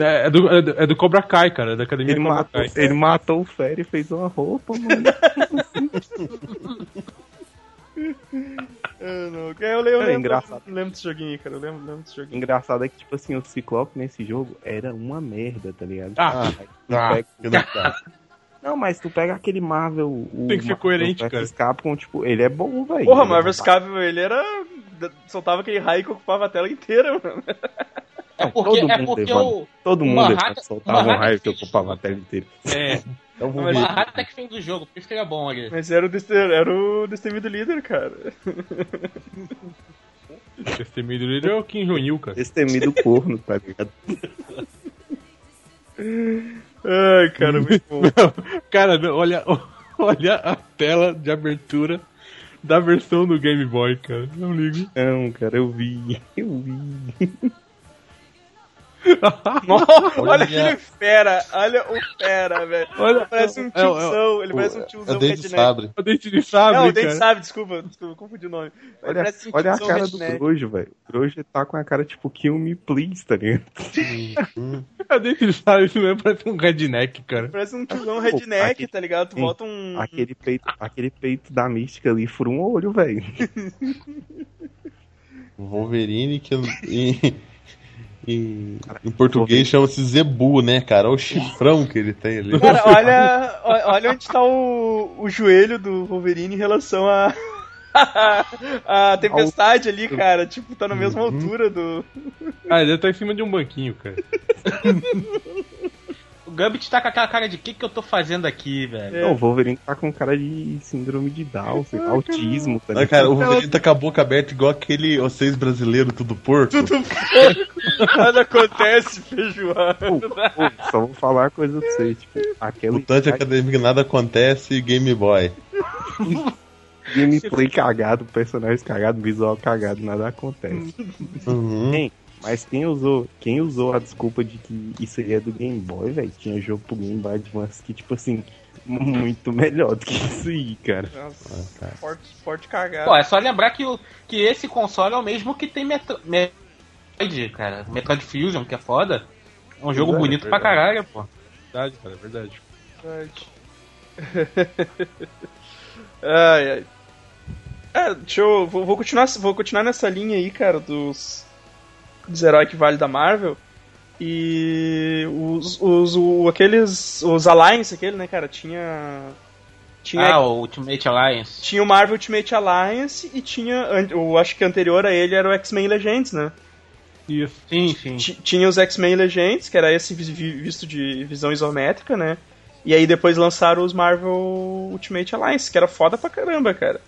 É, é do, é, do, é do Cobra Kai, cara, é da Academia Ele Cobra matou, Kai. ele matou o Fera e fez uma roupa, mano. <laughs> Eu não. Eu lembro, eu É lembro, engraçado. eu lembro desse joguinho aí, cara. Eu lembro, lembro desse joguinho. Engraçado é que, tipo assim, o Ciclope nesse jogo era uma merda, tá ligado? Ah, Aí tu ah, pega- Que não tá. Não, mas tu pega aquele Marvel. O Tem que ser Marvel coerente, versus cara. Capcom, tipo, ele é bom, velho. Porra, Ele é Marvel bom. Cavill, ele era. Soltava aquele raio que ocupava a tela inteira, mano. É porque, Todo é mundo porque levanta. o. Todo o mundo Manhattan- Manhattan, soltava um Manhattan raio que fez ocupava a isso. tela inteira. É, Então Mas- vamos o ver. Manhattan que fez o jogo, por isso que ele é bom ali. Mas era o, deste... era o destemido líder, cara. Esse meio do líder é o Kim Jong-il, cara. Esse temido corno, tá ligado? Ai, <laughs> cara, muito bom. <laughs> Cara, não, olha, <laughs> olha a tela de abertura da versão do Game Boy, cara. Não ligo. <laughs> Não, cara, eu vi. <laughs> Eu vi. Nossa, olha Olha. aquele fera, olha o fera, velho. Olha, Parece um é, o- é, tiozão, ele parece um É tiozão o Dente de redneck. Sabre. o dente de sabre, Não, o cara. Dente Sabe, desculpa, desculpa, confundi o nome. Ele Olha, parece um olha a tiozão cara do redneck. Grojo, velho. O Grojo tá com a cara tipo Kill Me Please, tá ligado? É o dente de sabre, isso mesmo parece um redneck, cara. Parece um tiozão redneck, aquele- tá ligado? Tu Ah, Sim. Ah, bota um. Aquele peito, aquele peito da mística ali furou um olho, velho. Um Wolverine, que em, em, em português chama-se Zebu, né, cara? Olha o chifrão que ele tem ali. Cara, olha, o- olha onde tá o, o joelho do Wolverine em relação à <laughs> a, tempestade ali, cara. Tipo, tá na mesma altura do. <laughs> Ah, ele tá em cima de um banquinho, cara. O Gambit tá com aquela cara de o que, que eu tô fazendo aqui, velho. É. Não, o Wolverine tá com cara de síndrome de Down, sei lá, autismo, Ah, tá ligado? cara, o Wolverine tá com a boca aberta igual aquele vocês brasileiro tudo porco. Nada acontece, feijoada. Pô, Então, tipo, pô, só vou falar uma coisa pra vocês, tipo, aquela Mutante acadêmico, nada acontece e Game Boy. gameplay cagado, personagem cagado, visual cagado, nada acontece. Uhum. Mas quem usou, quem usou a desculpa de que isso aí é do Game Boy, velho, tinha jogo pro Game Boy Advance que, tipo assim, muito melhor do que isso aí, cara. Nossa, Ah, cara. forte, forte cagada. Pô, é só lembrar que, o, que esse console é o mesmo que tem Metro, Metroid, cara. Metroid Fusion, que é foda. É um jogo Verdade, bonito pra verdade. caralho, pô. Verdade, cara, é verdade. Verdade. <laughs> ai, ai. É, deixa eu. Vou, vou continuar, vou continuar nessa linha aí, cara, dos. Dos heróis que vale da Marvel. E. Os. os o- aqueles. Os Alliance, aquele, né, cara? Tinha. Tinha, Ah, o Ultimate Alliance. tinha o Marvel Ultimate Alliance e tinha. an- Eu acho que anterior a ele era o X-Men Legends, né? Isso. Sim, sim. Ti- Tinha os X-Men Legends, que era esse vi- vi- visto de visão isométrica, né? E aí depois lançaram os Marvel Ultimate Alliance, que era foda pra caramba, cara.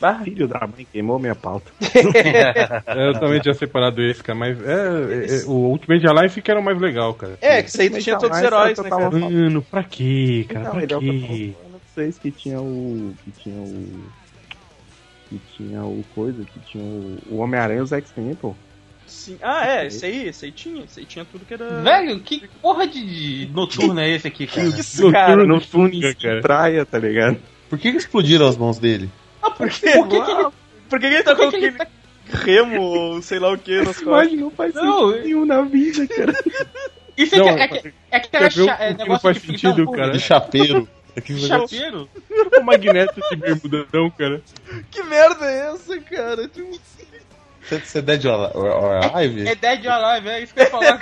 Ah, Filho da mãe, queimou minha pauta. É, Eu também tinha separado esse, cara, mas é, é, é, o Ultimate Alliance que era o mais legal, cara. é, que isso aí tu tinha todos os heróis, tá eu né, tava cara? falando. Mano, pra quê, cara? é, Não, Pra ele é o que eu tava quê? falando pra vocês que tinha o. que tinha o. que tinha o coisa, que tinha o, o Homem-Aranha e os X-Men, pô. Sim. Ah, é, esse aí, esse aí tinha, esse aí tinha tudo que era. Velho, que porra de de noturno é esse aqui, Que cara? isso, cara? Noturno no de sunga, cara. Praia, tá ligado? Por que, que explodiram as mãos dele? Ah, por quê? Por que que ele- Por que que ele tá com aquele remo, ou sei lá o que, nas costas? Mas não faz Não, sentido nenhum <laughs> na vida, cara. Isso Não, é, que- é, que- é que era Quer ver o cha- é que não negócio faz de fritar sentido, hambúrguer. cara? De chapeiro. Aquele negócio- Chapeiro? Tipo O Magneto de bermudão, cara. Que merda é essa, cara? Tipo, Você você é dead or or alive? É Dead or Alive, é isso que eu ia falar.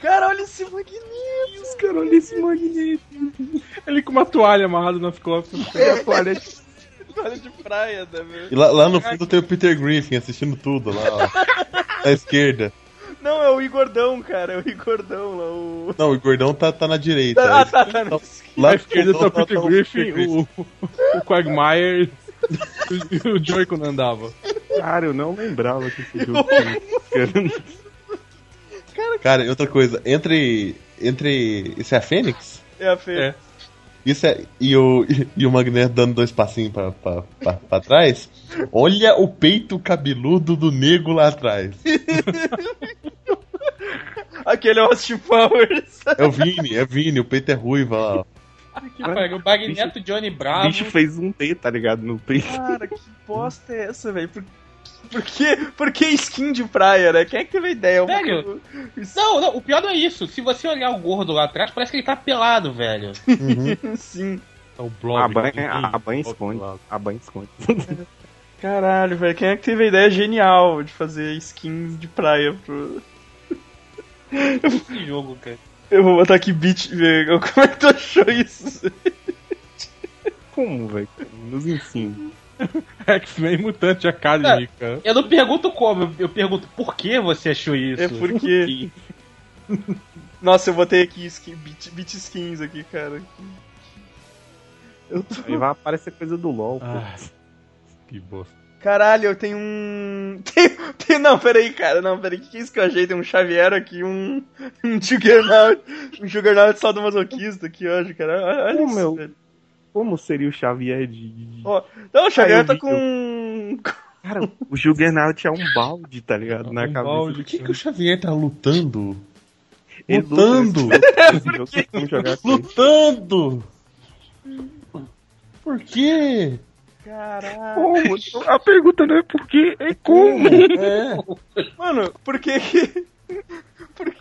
Cara, olha esse magneto! Os caras olham esse magneto. Ele com uma toalha amarrada nas costas. Olha, olha, Olha de praia, né, velho? E lá, lá no fundo tem o Peter Griffin assistindo tudo lá, ó. Na esquerda. Não, é o Igordão, cara, é o Igordão lá, o. Não, o gordão tá, tá na direita. Ah, tá, tá. Lá- Na no esquerda fundão tá o Peter o Griffin, o, o Quagmire e o Joy quando andava. cara, eu não lembrava que esse jogo tinha. Cara, e outra coisa, entre. Entre. Isso é a Fênix? É a feira. É. Isso é. E o, <laughs> e o Magneto dando dois passinhos pra, pra, pra, pra trás. Olha o peito cabeludo do nego lá atrás. Aquele é o Austin Powers. É o Vini, é o Vini, o peito é ruivo lá, ó. Cara, o Magneto Johnny O Bravo. bicho fez um T, tá ligado? No <laughs> peito. Cara, que bosta é essa, velho? Por, por, que, por que skin de praia, né? Quem é que teve a ideia? Velho. Não, não, o pior não é isso. Se você olhar o gordo lá atrás, parece que ele tá pelado, velho. <laughs> Sim. É o Blob. A banha, que- a banha esconde. A banha esconde. Caralho, velho. Quem é que teve a ideia genial de fazer skin de praia pro. Que jogo, cara. Eu vou botar aqui beat. <laughs> velho. Como é que tu achou isso? Como, velho? Nos ensina. X-Men Mutante Academy, É. cara. Eu não pergunto como, eu- eu pergunto por que você achou isso. É porque. Nossa, eu botei aqui skin, beat, beat skins aqui, cara. Eu tô. Aí vai aparecer coisa do LOL, pô. Ah, que bosta. Caralho, eu tenho um. <laughs> Tem, tem- não, peraí, cara, não, peraí, que que é isso que eu achei? Tem um Xavier aqui, um. Um Juggernaut. Um Juggernaut só do masoquista aqui hoje, cara. Olha, olha Ô, isso, meu. velho. Como seria o Xavier de- de. Ó, Não, o Xavier Ah, eu tá vi, com. um, Cara, o Juggernaut é um balde, tá ligado? Na Um cabeça. balde, Por que, que o Xavier tá lutando? Ele lutando? luta <laughs> nesse jogo, esse jogo, vamos jogar assim. com ele. Lutando! Por quê? Caralho. Como? <laughs> A pergunta não é por quê, é como. É. Mano, por que que. <laughs> Por que.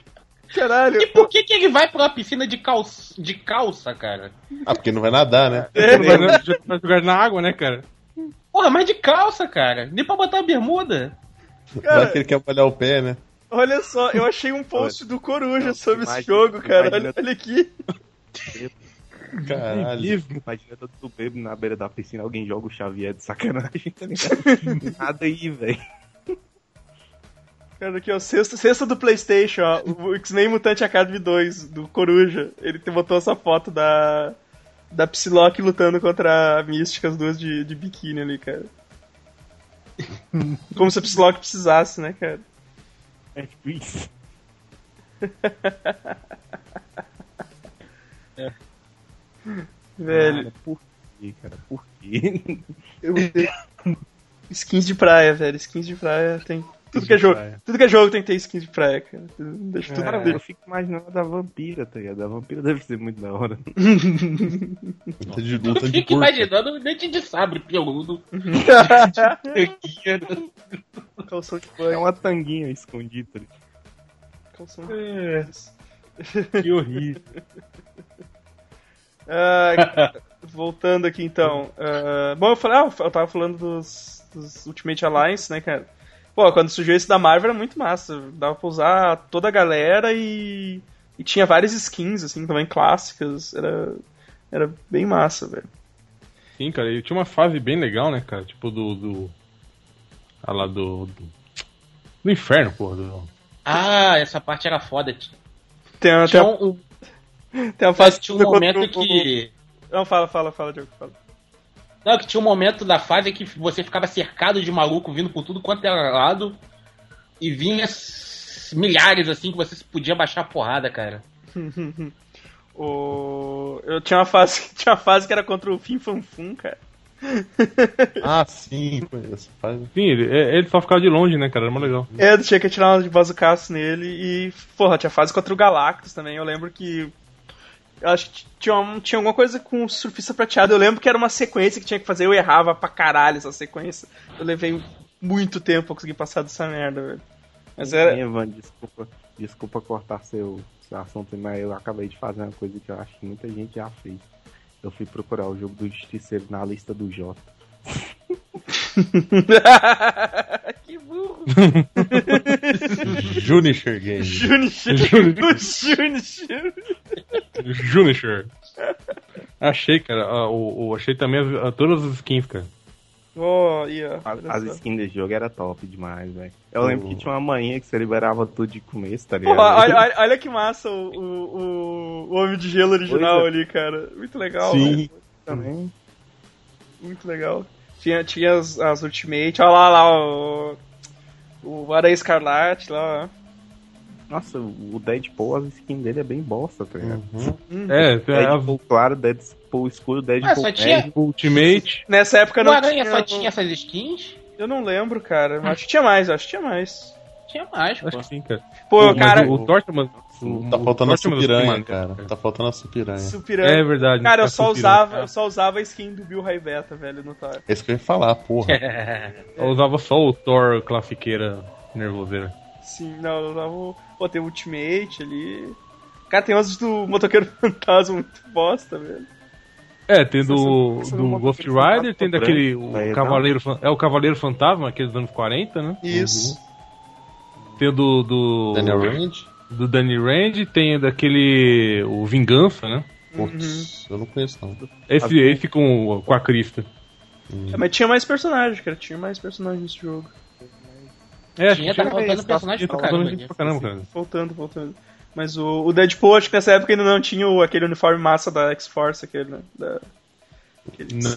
Caralho. E por que, que ele vai pra uma piscina de calça, de calça, cara? Ah, porque não vai nadar, né? É, Ele vai, já vai jogar na água, né, cara? Porra, mas de calça, cara. Nem pra botar a bermuda. Vai é que ele quer molhar o pé, né? Olha só, eu achei um post do Coruja sobre esse imagina- jogo, cara. imagina- Olha, olha aqui. Caralho. Imagina todo bebo na beira da piscina, alguém joga o Xavier de sacanagem, tá ligado? <laughs> Nada aí, velho. Cara, aqui, ó, sexta, sexta do Playstation, ó, o X-Men Mutante Academy 2, do Coruja, ele te botou essa foto da, da Psylocke lutando contra a Mística, as duas de, de biquíni ali, <laughs> cara. Como se a Psylocke precisasse, né, cara? É tipo isso. Velho, Cara, por quê, cara? Por <laughs> quê? eu odeio. Skins de praia, velho, skins de praia tem... Tudo que, é de jogo, praia. É. tudo que é jogo tem que ter skins de praia, cara. Deixa tudo... Cara, eu deixa- fico imaginando a da vampira, tá ligado? A vampira deve ser muito da hora. Luta tá de, Eu luta de fico curso. imaginando dente de sabre peludo. calção de É banho, uma tanguinha escondida, tá ligado? calção de banho. Que horrível. Ah, voltando aqui então. ah, bom, eu falei, ah, eu tava falando dos, dos Ultimate Alliance, né, cara? Pô, quando surgiu esse da Marvel era muito massa. Dava pra usar toda a galera e. E tinha várias skins, assim, também clássicas. Era. Era bem massa, velho. Sim, cara, ele tinha uma fase bem legal, né, cara? Tipo do. do ah lá, do. Do, do inferno, porra. Do, Ah, essa parte era foda. Tem até. Tinha um, Tem uma fase Tinha um momento contra o- que. Não, fala, fala, fala, Diogo, fala. Não, que tinha um momento da fase que você ficava cercado de maluco vindo por tudo quanto era lado e vinha s- milhares assim que você podia baixar a porrada, cara. O... Eu tinha uma fase, <laughs> tinha uma fase que era contra o Fim Fan Fum, cara. Ah, sim, conheço. Faz- Sim, ele, é- ele só ficava de longe, né, cara? Era mó legal. <laughs> É, eu tinha que tirar uma de bazucaço nele e, porra, tinha fase contra o Galactus também. Eu lembro que. Eu acho que tinha, um- tinha alguma coisa com o surfista prateado. Eu lembro que era uma sequência que tinha que fazer. Eu errava pra caralho essa sequência. Eu levei muito tempo pra conseguir passar dessa merda, velho. Mas era. Evan, desculpa, desculpa cortar seu, seu assunto, mas eu acabei de fazer uma coisa que eu acho que muita gente já fez. Eu fui procurar o jogo do Justiceiro na lista do Jota. <laughs> que burro! Junisher Game. Junichiro! Junichiro! Junisher. Achei, cara. ah, o, o- achei também as- ah, todas as skins, cara. Oh, e ó. As, olha as só. skins desse jogo era top demais, velho. Eu lembro que tinha uma manhã que você liberava tudo de começo, tá Pô, ligado? olha, olha- olha que massa o, o, o- o Homem de Gelo original Pois ali, cara. Muito legal. Sim. velho. também. Muito legal. Tinha, tinha as, as Ultimate. Olha lá, lá o. O Aranha Escarlate lá. Nossa, o Deadpool, as skins dele é bem bosta, tá ligado? É, é a Deadpool claro, Deadpool escuro, Deadpool Ah, só tinha- verde. Ultimate. Nessa época O não Aranha tinha, só tinha essas skins? Eu não lembro, cara. Mas acho que tinha mais, acho que tinha mais. Tinha mais, pô. Acho que sim, cara. Pô, Mas cara, O, o Tortman. Tá faltando a piranha, supiranha, cara. Tá faltando a supiranha. Supiranga. É verdade. cara, eu tá só, Supiranha. usava, eu só usava a skin do Bill Raiveta, velho, no Thor. É isso que eu ia falar, porra. <laughs> Eu usava só o Thor classiqueira nervoseira. Sim, não, eu usava. o- Pô, tem o Ultimate ali. Cara, tem umas do Motoqueiro <laughs> Fantasma muito bosta, velho. É, tem Isso do, é só- isso é do uma Ghost coisa que Rider, tem tá daquele. branco, o daí é Cavaleiro, Fan- é o Cavaleiro Fantasma, aquele dos anos 40, né? Isso. Tem do. do Daniel Rand? do Danny Rand, tem daquele. O Vingança, né? Putz, eu não conheço, não. Esse, Ah, esse com, com a Crista. Uhum. É, mas tinha mais personagens, cara. Tinha mais personagens nesse jogo. É, Tinha, tá faltando personagem pra tá caramba. faltando gente pra caramba, cara. <laughs> Voltando, voltando. Mas o, o Deadpool, acho que nessa época ainda não tinha o- aquele uniforme massa da X-Force, aquele, né? Da- aquele, Não,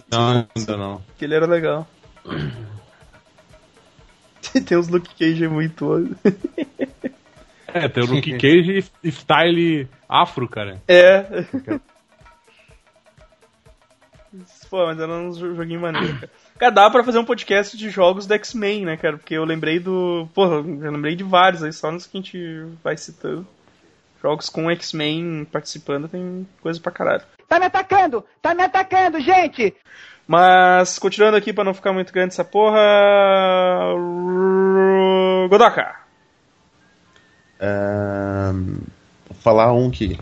ainda não. aquele era legal. <laughs> Tem uns Luke Cage muito. É, tem o Luke Cage e style afro, cara. É. <laughs> Pô, mas era um jo- joguinho maneiro, cara. Cara, dá pra fazer um podcast de jogos do X-Men, né, cara? Porque eu lembrei do. Porra, eu lembrei de vários aí, só nos que a gente vai citando. Jogos com X-Men participando tem coisa pra caralho. Tá me atacando! Tá me atacando, gente! Mas, continuando aqui pra não ficar muito grande essa porra. Ru- Godoka! Ahn, É, vou falar um que,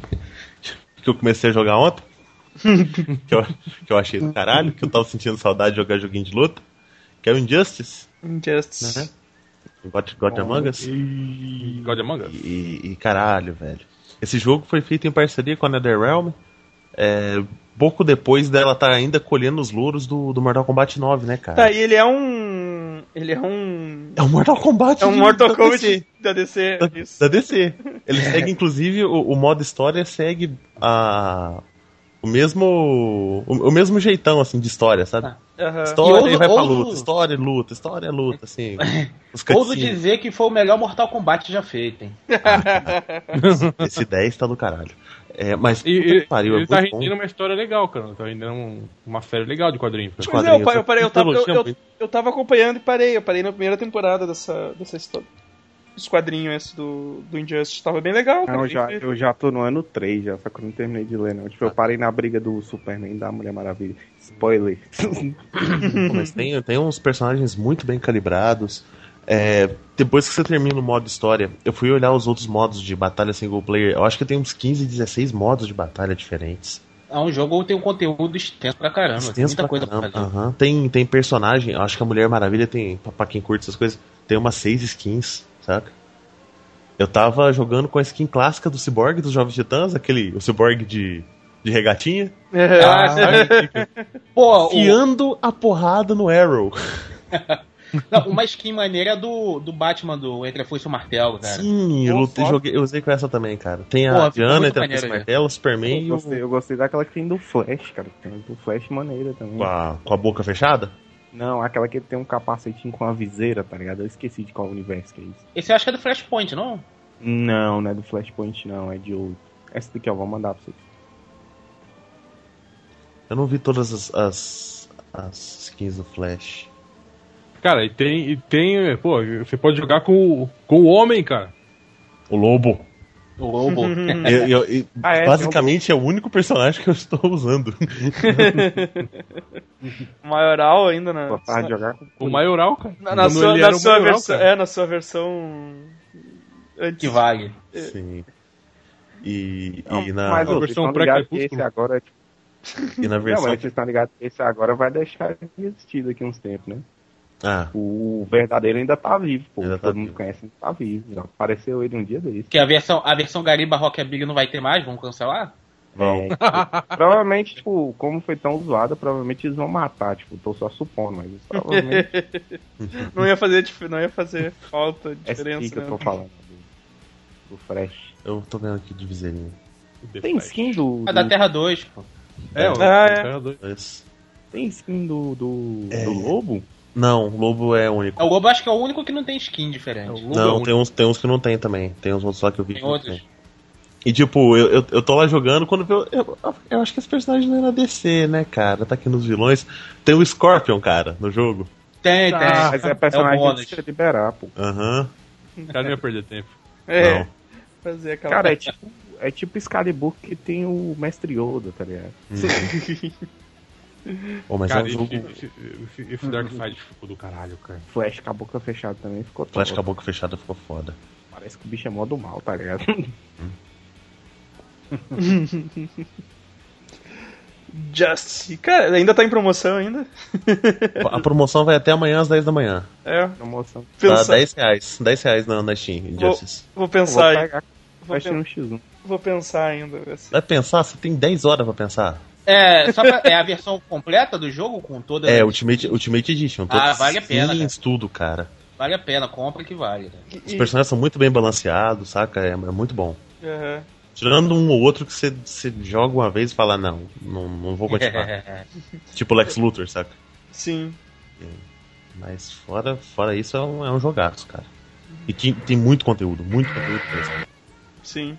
que eu comecei a jogar ontem. que, eu, que eu achei do caralho, que eu tava sentindo saudade de jogar joguinho de luta. Que é o Injustice, Né? Injustice. Uhum. God, God Among Us. God Among Us. E, e caralho, velho. Esse jogo foi feito em parceria com a NetherRealm. É, pouco depois dela tá ainda colhendo os louros do, do Mortal Kombat 9, né, cara? Tá, e ele é um. Ele é um. É o Mortal Kombat É um de- <laughs> Mortal da Kombat DC. da DC. Da- Isso. da DC. Ele segue, inclusive, o, o modo história segue a, o mesmo o, o mesmo jeitão, assim, de história, sabe? Aham. E <laughs> História ouso- e, vai pra ouso- luta, história e luta, história e luta, assim. Os Ouso cutscenes. dizer que foi o melhor Mortal Kombat já feito, hein? Esse 10 tá do caralho. É, mas, E, puta e- que pariu, ele é tá muito bom. rendendo uma história legal, cara. Tá rendendo um- uma série legal de quadrinhos. Os Cara. Pois é, quadrinhos, eu, parei- eu, parei, eu, tava, eu, mitologia eu, eu tava acompanhando e parei. Eu parei na primeira temporada dessa, dessa história. Esse quadrinho esse do, do Injustice tava bem um legal. cara, Não, eu bem já, feito. eu já tô no ano 3 já, só que eu não terminei de ler, não. Tipo, eu parei na briga do Superman e da Mulher Maravilha. Spoiler. Uhum. Pô, mas tem, tem uns personagens muito bem calibrados. É, depois que você termina o modo história, eu fui olhar os outros modos de batalha single player. Eu acho que tem uns 15, 16 modos de batalha diferentes. É um jogo que tem um conteúdo extenso pra caramba. Ah, tem Extenso muita pra coisa caramba. pra fazer. Aham. Tem, tem personagem, eu acho que a Mulher Maravilha tem, pra- pra quem curte essas coisas, tem umas 6 skins, saca? Eu tava jogando com a skin clássica do Cyborg dos Jovens Titãs, aquele o Cyborg de, de regatinha, É. Ah, Pô, o- <laughs> fiando a porrada no Arrow. Não, uma skin maneira é do, do Batman do Entre a Foice e o Martelo, cara. Sim, eu, Pô, lutei, foda. joguei, eu usei com essa também, cara. Tem a Pô, ficou Diana, muito tem a maneiro Miss aí. Martelo, Superman e Eu o... gostei, eu gostei daquela que tem do Flash, cara. Tem do Flash maneira também. Com a, com a boca fechada? Não, aquela que tem um capacetinho com a viseira, tá ligado? Eu esqueci de qual universo que é isso. Esse eu acho que é do Flashpoint, não? Não, não é do Flashpoint, não. É de outro. Essa daqui, ó, vou mandar pra você. Eu não vi todas as, as, as skins do Flash. Cara, e tem, e tem. eh, Pô, você pode jogar com, o- com o homem, cara. O Lobo. O Lobo. É, Eu- eu- eu- Ah, é? basicamente é o único personagem que eu estou usando. Maioral ainda na. Gostar de jogar com O maioral, cara. Na, na Quando sua, ele na era o sua maioral, versão. cara. É, na sua versão. Antes. <laughs> que vale. Sim. E, É. Não, e, na, Mas, ô, A vocês versão um estão ligados que pré-crepúsculo. esse agora... Tipo, e na não, versão. mas vocês estão ligados que esse agora vai deixar de existir daqui uns tempos, né? Ah, O verdadeiro ainda tá vivo, pô. Ainda tá Todo mundo vivo. conhece, ainda tá vivo. Já apareceu ele um dia desse. Que a versão, a versão Gariba Rockabilly não vai ter mais, vamos cancelar? bom. É, tipo, provavelmente, tipo, como foi tão zoada, provavelmente eles vão matar, tipo, tô só supondo, mas eles <laughs> provavelmente é assim Não ia fazer, dif- não ia fazer falta, é isso diferença. que eu né? tô falando. Do, do Fresh. Eu tô vendo aqui de viseirinho. Tem skin do. A da do- Terra 2, pô. É, o Ah, é. Imperador. Mas- tem skin do. do, É. do <laughs> lobo? Não, o Lobo é único. O Lobo acho que é o único que não tem skin É, o diferente. Lobo é o Não, único. tem uns, tem uns que não tem também. Tem uns outros lá que eu vi. Tem que não outros. E tipo, eu, eu, eu tô lá jogando, quando eu, eu. eu acho que esse personagem não é na DC, né, cara? Tá aqui nos vilões. Tem o Scorpion, cara, no jogo. Tem, tem. Ah, Mas é personagem que bônus. precisa liberar, pô. Aham. O cara não ia perder tempo. É, Não. fazer aquela. Cara, é tipo. É tipo Excalibur que tem o Mestre Yoda, tá ligado? Pô, mas é Cara, um esse, jogo. esse, esse, esse Dark Side ficou do caralho, cara. Flash com a boca fechada também ficou Flash top. com a boca fechada ficou foda. Parece que o bicho é mó do mal, <laughs> tá ligado? Just. Cara, ainda tá em promoção ainda? A promoção vai até amanhã às 10 da manhã. É, Promoção. Tá pensar. 10 reais. 10 reais na, na Steam, Justice. Vou Eu Vou pensar, aí, pegar vou, Flash pen- no X1. vou pensar ainda. vai ser- Vai pensar? Você tem 10 horas pra pensar. É, só pra- é a versão completa do jogo com toda. É, Ultimate, Ultimate Edition. Ah, todas vale a pena, skins, tudo, cara. Vale a pena, compra que vale. né? Os personagens são muito bem balanceados, saca? É, é muito bom. Aham. Tirando um ou outro que você, você joga uma vez e fala, não, não, não vou <laughs> continuar. tipo Lex Luthor, saca? Sim. Mas fora, fora isso, é um, é um jogaço, cara. E tem, tem muito conteúdo, muito conteúdo mesmo. Sim.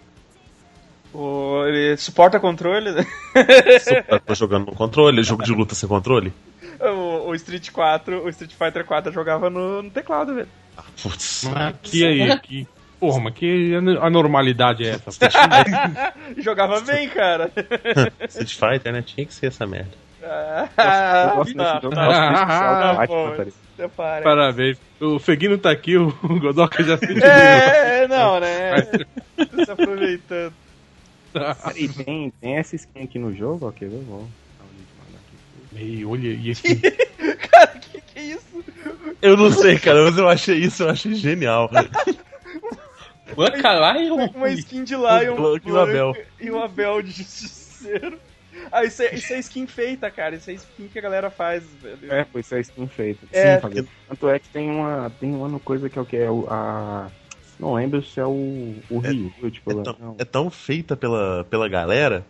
O, ele suporta controle, né? <laughs> Eu tô jogando no controle, jogo de luta sem controle. O, o Street 4, o Street Fighter 4 jogava no, no teclado, velho. Ah, putz. <laughs> Mas que aí, que. Porra, mas que ano- anormalidade é essa? E Jogava bem, cara. Street Fighter, né? Tinha que ser essa merda. <laughs> Eu Ah, gosto tá, desse jogo, eu tá, gosto desse especial Ah, do Batman, bom. tá ligado? tá, para. Parabéns. O Feguino tá aqui, o <laughs> Godoka já se É, é, não, né? <laughs> Se aproveitando. Peraí, tem, tem essa skin aqui no jogo, ok, eu vou. dar um link, mano, aqui. Ei, olha, e esse. Cara, que que é isso? Eu não sei, cara, mas eu achei isso, eu achei genial. Banca lá e o. Uma skin de Lion Blanco Um e o Abel. e o Abel de Justiceiro. Ah, isso é, isso é skin feita, cara. Isso é skin que a galera faz, velho. É, foi só skin feita. É. Sim, fazer. Tanto é que tem uma, tem uma no coisa que é o que é o, a. Não lembro se é o, o Ryu, tipo, É lá. tão, não. é tão feita pela, pela galera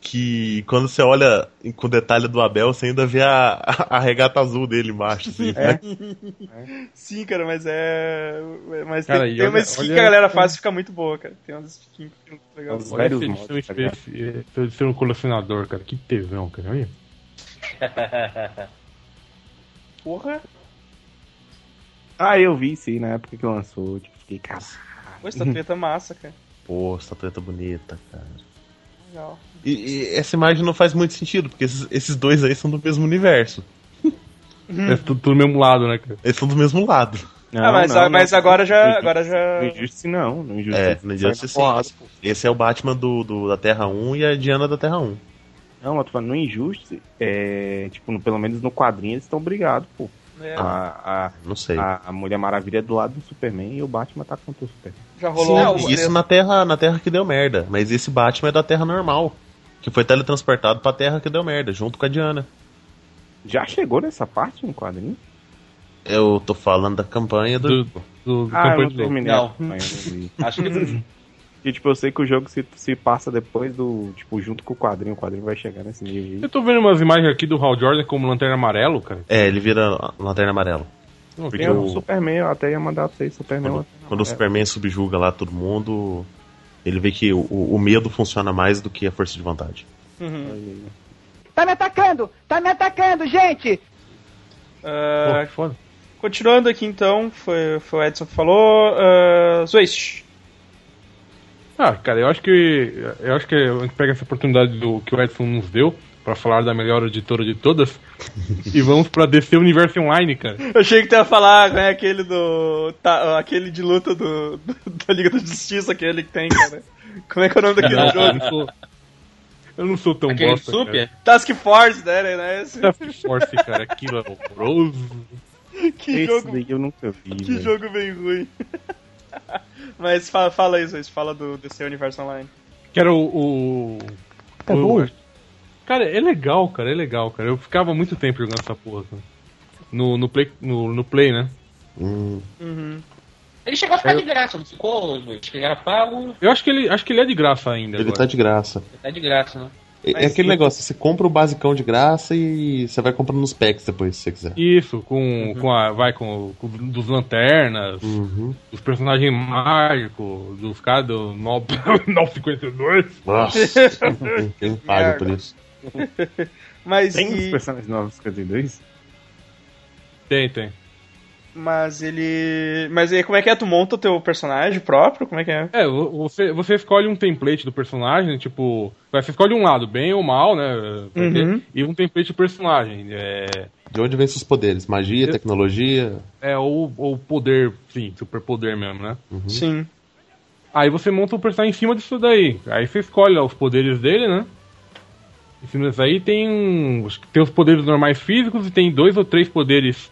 que quando você olha com detalhe do Abel, você ainda vê a, a, a regata azul dele embaixo, assim. É. Sim, cara, mas é. Mas Cara, tem, e tem uma olha- skin olha- que a galera faz e fica muito boa, cara. Tem umas skins que ficam muito legais. Nossa. Olha Vários essa edição modos, tá especial de ser um colecionador, cara. Que tesão, cara. Olha. Porra! Ah, eu vi sim, na época que lançou, tipo, fiquei, cara. Pô, estatueta massa, cara. Pô, estatueta bonita, cara. Legal. E, e essa imagem não faz muito sentido, porque esses, esses dois aí são do mesmo universo. É tudo do mesmo lado, né, cara? Eles são do mesmo lado. Não, Ah, mas- não, mas não. agora já- No agora Injustice- já- No Injustice não, no Injustice. É, sai no na Injustice sim. porrada, pô. Esse é o Batman do, do- da Terra 1 e a Diana da Terra 1. Não, eu tô falando, no Injustice, é, tipo, no- pelo menos no quadrinho eles estão brigados, pô. É, A, a, Não sei. Ah, a- a Mulher Maravilha é do lado do Superman e o Batman tá contra o Superman. já rolou um Sim, algumas isso na terra, na terra que deu merda. Mas esse Batman é da Terra normal. Que foi teletransportado pra Terra que deu merda, junto com a Diana. Já chegou nessa parte no quadrinho? Eu tô falando da campanha do. Do, do, do Ah, campanha eu não de leite. terminei. Não. Não. vi. Acho que. E, tipo, eu sei que o jogo se, se passa depois do. Tipo, junto com o quadrinho. O quadrinho vai chegar nesse nível aí. Eu tô vendo umas imagens aqui do Hal Jordan como lanterna amarelo, cara. É, ele vira Lanterna Amarela. Não, um Porque Tem o o, Superman, eu até ia mandar pra vocês, Superman. quando, eu- É. quando o Superman subjuga lá todo mundo, ele vê que o, o medo funciona mais do que a força de vontade. Tá me atacando! Tá me atacando, gente! Pô, Ah, que foda. continuando aqui então, foi, foi o Edson que falou. ah, Zwist. Ah, cara, eu acho que eu acho que a gente pega essa oportunidade do que o Edson nos deu pra falar da melhor editora de todas e vamos pra DC Universo <laughs> Online, cara. Eu achei que tu ia falar, né, aquele do. tá, aquele de luta do, do- da Liga da Justiça, aquele que tem, cara. Como é que é o nome <laughs> daquele Não, eu, jogo? não sou, eu não sou tão Aquele bosta, super? Task Force, né? né esse, cara. Task Force, cara, aquilo é horroroso. que Esse jogo, daí eu nunca vi. que velho. jogo bem ruim. <laughs> Mas fala, fala aí, Zwist, fala do DC Universe Online. Que era o. o- Tá o- bom? Cara, é legal, cara, é legal, cara. Eu ficava muito tempo jogando essa porra. cara. No, no, play, no, no Play, né? Hum, Ele chegou a ficar de graça, não ficou? Luiz? Que era pago, Eu acho que ele, acho que ele é de graça ainda. ele agora. tá de graça. tá de graça, né? É, é aquele negócio, você compra o basicão de graça e você vai comprando os packs depois, se você <laughs> quiser. Isso, com, com a. Vai com, com dos lanternas, Uhum. dos personagens mágicos, dos caras do <laughs> 9 952. Nossa, quem paga por isso? Mas, Tem uns e- personagens novos 52? Tem, tem. mas ele. Mas e como é que é? Tu monta o teu personagem próprio? Como é que é? É, vo- você, você escolhe um template do personagem, tipo. vai, Você escolhe um lado, bem ou mal, né? vai ter, Uhum. E um template do personagem. É, De onde vem seus poderes? Magia, Eu- tecnologia? é ou, ou poder, sim, superpoder mesmo, né? Sim. Aí você monta o personagem em cima disso daí. Aí você escolhe lá os poderes dele, né? Em cima disso aí tem, um- acho que tem os poderes normais físicos e tem dois ou três poderes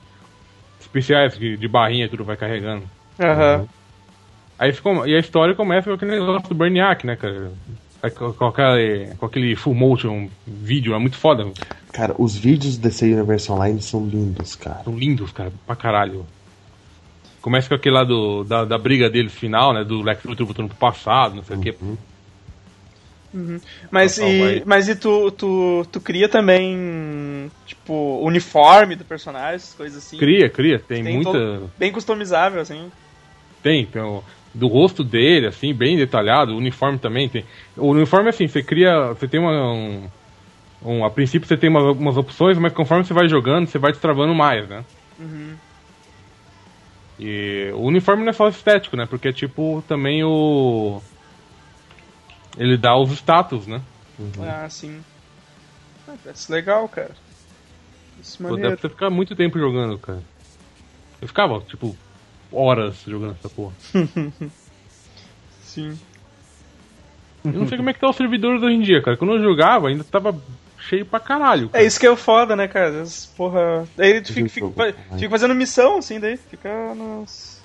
especiais de, de barrinha que tu vai carregando. Aham. Uhum. Aí você come- e a história começa com aquele negócio do Berniak, né, cara? Aí Com, com aquele, com aquele full motion vídeo, é muito foda. Cara, os vídeos do DC Universe Online são lindos, cara. São lindos, cara, pra caralho. Começa com aquele lá do, da, da briga dele final, né? Do Lex Luthor voltando pro passado, não sei o quê. Mas, Tá Total, e, vai. mas e tu, tu, tu cria também, tipo, uniforme do personagem, essas coisas assim? Cria, cria, tem, Tem muita. todo- Bem customizável, assim. Tem, então, do rosto dele, assim, bem detalhado, o uniforme também tem. O uniforme, assim, você cria. Você tem uma. Um, um- a princípio você tem uma- umas opções, mas conforme você vai jogando, você vai destravando mais, né? Uhum. E o uniforme não é só estético, né? Porque, tipo, também o. Ele dá os status, né? Ah, sim. Ah, parece legal, cara. Isso Pô, dá maneiro. pra você ficar muito tempo jogando, cara. Eu ficava, tipo, horas jogando essa porra. Sim. Eu não sei como é que tá os servidores hoje em dia, cara. Quando eu jogava, ainda tava cheio pra caralho. É cara. isso que é o foda, né, cara? Às vezes, porra. Aí tu fica, Esse fica, jogo, fa- caralho. né? fica fazendo missão, assim, daí. Fica nos.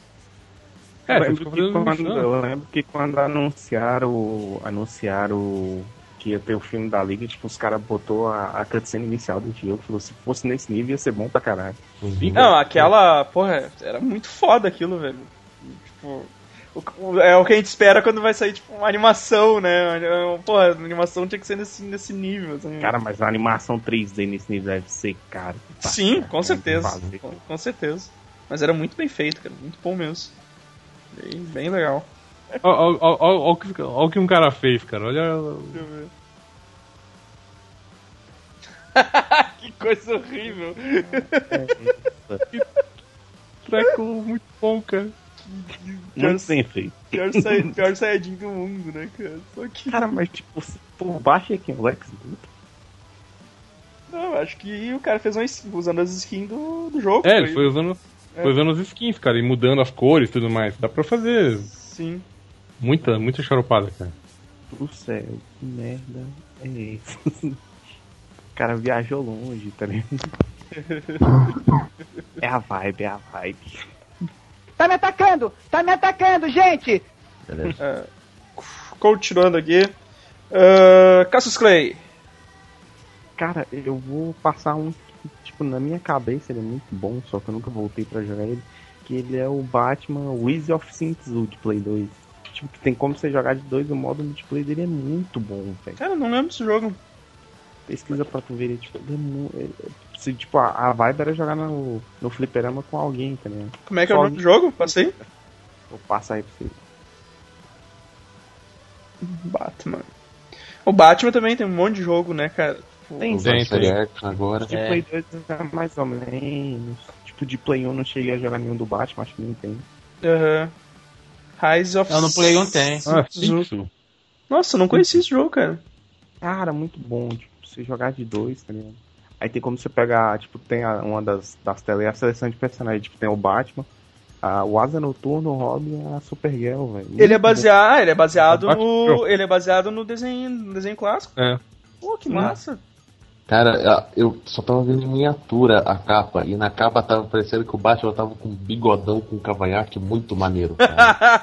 É, eu, você lembro fica que fazendo quando, missão. eu lembro que quando anunciaram, anunciaram que ia ter o filme da Liga, tipo, os caras botou a, a cutscene inicial do jogo, falou, se fosse nesse nível ia ser bom pra caralho. Sim, Não, cara. aquela. Porra, era muito foda aquilo, velho. Tipo. o- o- É o que a gente espera quando vai sair, tipo, uma animação, né? Porra, a animação tinha que ser nesse, nesse nível. Assim. Cara, mas a animação 3D nesse nível deve ser caro. pra é Sim, caralho, com certeza. fazer. Com, com certeza. Mas era muito bem feito, cara. Muito bom mesmo. Bem, bem legal. Ó, ó, ó, ó, ó o que- ó o que um cara fez, cara. Olha. Deixa eu ver. que coisa horrível. Treco É. muito bom, cara. Muito bem feito. Pior, sai, pior saiyajin do mundo, né, cara? Só que. Cara, mas tipo, se por baixo é quem? O Lex Luthor? Não, acho que o cara fez uma skin, usando as skins do, do jogo. É, ele foi usando. é. Foi usando os skins, cara, e mudando as cores e tudo mais. Dá pra fazer Sim. muita, muita charopada, cara. Do céu, que merda é esse? <laughs> O cara viajou longe, tá ligado? É a vibe, é a vibe. Tá me atacando! Tá me atacando, gente! Continuando aqui. ah, Cassius Clay. Cara, eu vou passar um tipo, na minha cabeça ele é muito bom, só que eu nunca voltei pra jogar ele. Que ele é o Batman Wiz of Sinzu de Play 2. Tipo, que tem como você jogar de dois, o modo multiplayer dele é muito bom, velho. Cara, É, eu não lembro desse jogo. Pesquisa pra tu ver, ele, tipo, ele é mu- ele- se, tipo, a, a vibe era jogar no, no fliperama com alguém, tá ligado? Como é que é o Qual- nome do jogo? Passei? Vou passar aí pra vocês. Batman. O Batman também tem um monte de jogo, né, cara? Tem, Vai Tem, sair tem. Action agora. De É. Play 2 é mais ou menos. Tipo, de Play 1 eu não cheguei a jogar nenhum do Batman, acho que nem tem. Aham. Ah, Rise of Eu não Play um tem. Ah, Sinzu. fixo. Nossa, eu não conhecia esse jogo, cara. Cara, muito bom, tipo, você jogar de dois, tá ligado? Aí tem como você pegar, tipo, tem a- uma das, das telas, é a seleção de personagens, tipo, tem o Batman, a, o Asa Noturno, o Robin e a Supergirl, velho. Ele Muito é baseado, ele é baseado Batman. no, ele é baseado no desenho, no desenho clássico. É. Pô, que massa. <laughs> Cara, a- eu só tava vendo em miniatura a capa, e na capa tava parecendo que o Batman tava com um bigodão com um cavanhaque muito <laughs> maneiro, cara.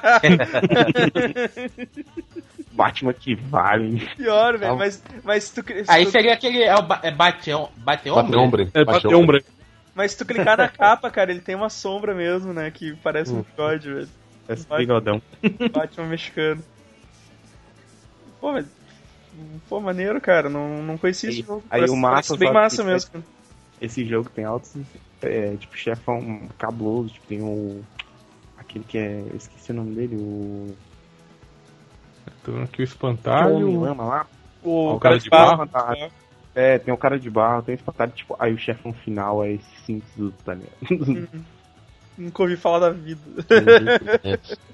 bom. Batman que vale. Pior, Tá. velho, Calma. mas mas se tu, cli- se Aí tu- seria aquele. É o ba é Bateon. Bateon? Bateu ombre. bateu É, bateu um branco. mas se tu clicar na capa, cara, ele tem uma sombra mesmo, né, que parece Uhum. um bigode, <laughs> velho. <laughs> Esse Vai. bigodão. Batman mexicano. Pô, mas Pô, maneiro, cara. Não, não conhecia esse Aí- jogo. aí Parece- o massa parece bem só- massa mesmo. é cara. Esse jogo tem altos, é, tipo, chefão cabuloso, tipo, tem o... Aquele que é... eu Esqueci o nome dele, o... Tô vendo aqui o homem espantalho. lama lá. tá. O, o cara de barro. barro. É, tem o cara de barro, tem o espantalho, tipo, aí o chefão final é esse Sinzu, tá ligado? Nunca ouvi falar da vida.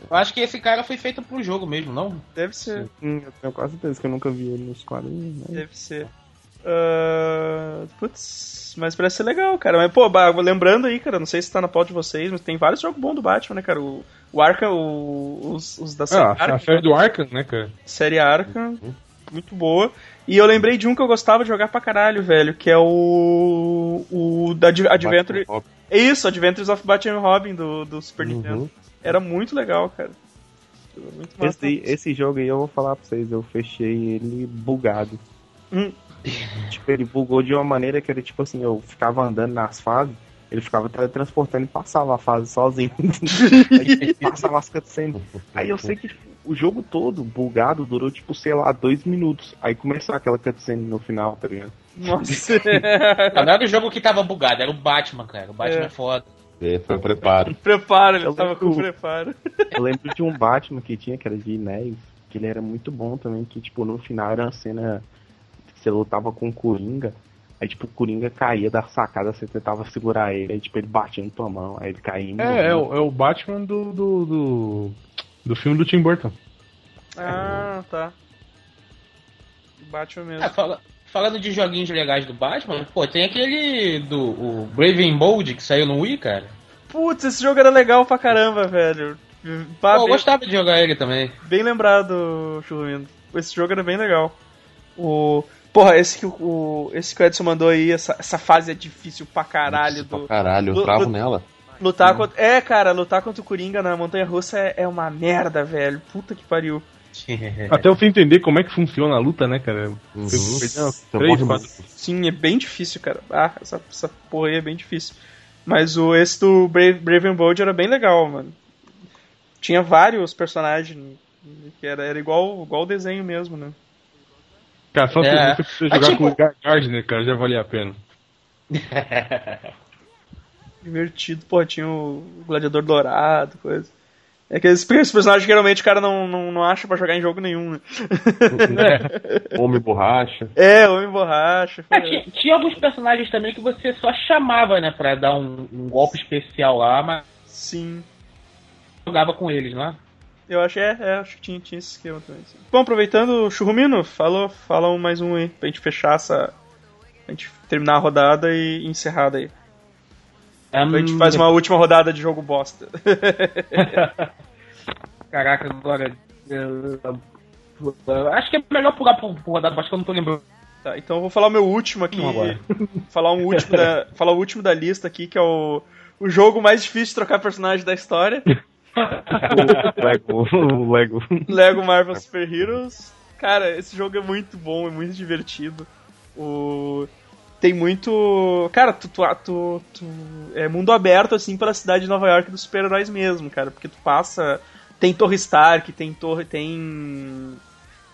Eu acho que esse cara foi feito pro jogo mesmo, não? Deve ser, Hum, eu tenho quase certeza que eu nunca vi ele nos quadrinhos, né? deve ser. Ah, putz, mas parece ser legal, cara. Mas, pô, bah, lembrando aí, cara, não sei se tá na pauta de vocês, mas tem vários jogos bons do Batman, né, cara? O, o Arkham, o- os, os da série Ah, a Arkham, série do Uhum. Arkham, né, cara? série Arkham, muito boa. E eu lembrei de um que eu gostava de jogar pra caralho, velho, que é o. O da Adve- Adventure. Batman É isso, Adventures of Batman e Robin do, do Super Uhum. Nintendo. Era muito legal, cara. Muito massa. Esse, esse jogo aí eu vou falar pra vocês, eu fechei ele bugado. Hum. Tipo, ele bugou de uma maneira que era tipo assim, eu ficava andando nas fases, ele ficava teletransportando e passava a fase sozinho. <laughs> aí tipo, passava as cutscenes. Aí eu sei que tipo, o jogo todo bugado durou tipo, sei lá, dois minutos. Aí começou aquela cutscene no final, tá ligado? Nossa. <laughs> Não era o jogo que tava bugado, era o Batman, cara. O Batman tá. É. é, foda. É, foi o preparo. preparo, ele Eu tava com lembro- preparo. Eu lembro de um Batman que tinha, que era de Inés, que ele era muito bom também, que, tipo, no final era uma cena que você lutava com o Coringa, aí, tipo, o Coringa caía da sacada, você tentava segurar ele, aí, tipo, ele batia na tua mão, aí ele caía e morria. É, é o, é o Batman do, do, do, do filme do Tim Burton. Ah, tá. Batman mesmo. Ah, fala- falando de joguinhos legais do Batman, pô, tem aquele do o Brave and Bold que saiu no Wii, cara. Putz, esse jogo era legal pra caramba, velho. Pá, Pô, eu bem, gostava de jogar ele também. bem lembrado, Churrumino. Esse jogo era bem legal. O. Porra, esse que o- o, esse que o Edson mandou aí, essa, essa fase é difícil pra caralho. Nossa, Do, pra caralho, eu do- travo do- nela. lutar contra, é, cara, lutar contra o Coringa na Montanha Russa é, é uma merda, velho. Puta que pariu. Até você entender como é que funciona a luta, né, cara? Uhum. Você perdeu umas Eu três, morro quatro- Sim, é bem difícil, cara. Ah, essa, essa porra aí é bem difícil. Mas o esse do Brave, Brave and Bold era bem legal, mano. Tinha vários personagens. Que era, era igual, igual o desenho mesmo, né? Cara, só um É. se você precisa jogar Ah, tipo- com o Gar- Gardner, cara, já valia a pena. Divertido, porra, tinha o Gladiador Dourado, coisa. É que esse, esse personagem geralmente o cara não, não, não acha pra jogar em jogo nenhum, né? Homem borracha. É, Homem Borracha. Ah, foi- <laughs> tinha, tinha alguns personagens também que você só chamava, né, pra dar um, um golpe especial lá, mas Sim. jogava com eles, né? Eu acho, é, é, acho que tinha, tinha esse esquema também. sim. Bom, aproveitando, Churrumino, fala, fala um mais um aí, pra gente fechar essa. A gente terminar a rodada e encerrar daí. A gente faz uma última rodada de jogo bosta. <laughs> Caraca, agora. eu- eu- eu Acho que é melhor pular pro, pro rodado, acho que eu não tô lembrando. Tá, então eu vou falar o meu último aqui. Não, agora. <laughs> falar, um último da, falar o último da lista aqui, que é o, o jogo mais difícil de trocar personagem da história. O <laughs> Lego, <laughs> o Lego. <laughs> Lego Marvel Super Heroes. Cara, esse jogo é muito bom, é muito divertido. O... tem muito. Cara, tu, tu, tu- tu- É mundo aberto, assim, pela cidade de Nova York dos super-heróis mesmo, cara. Porque tu passa. Tem Torre Stark, tem Torre. Tem.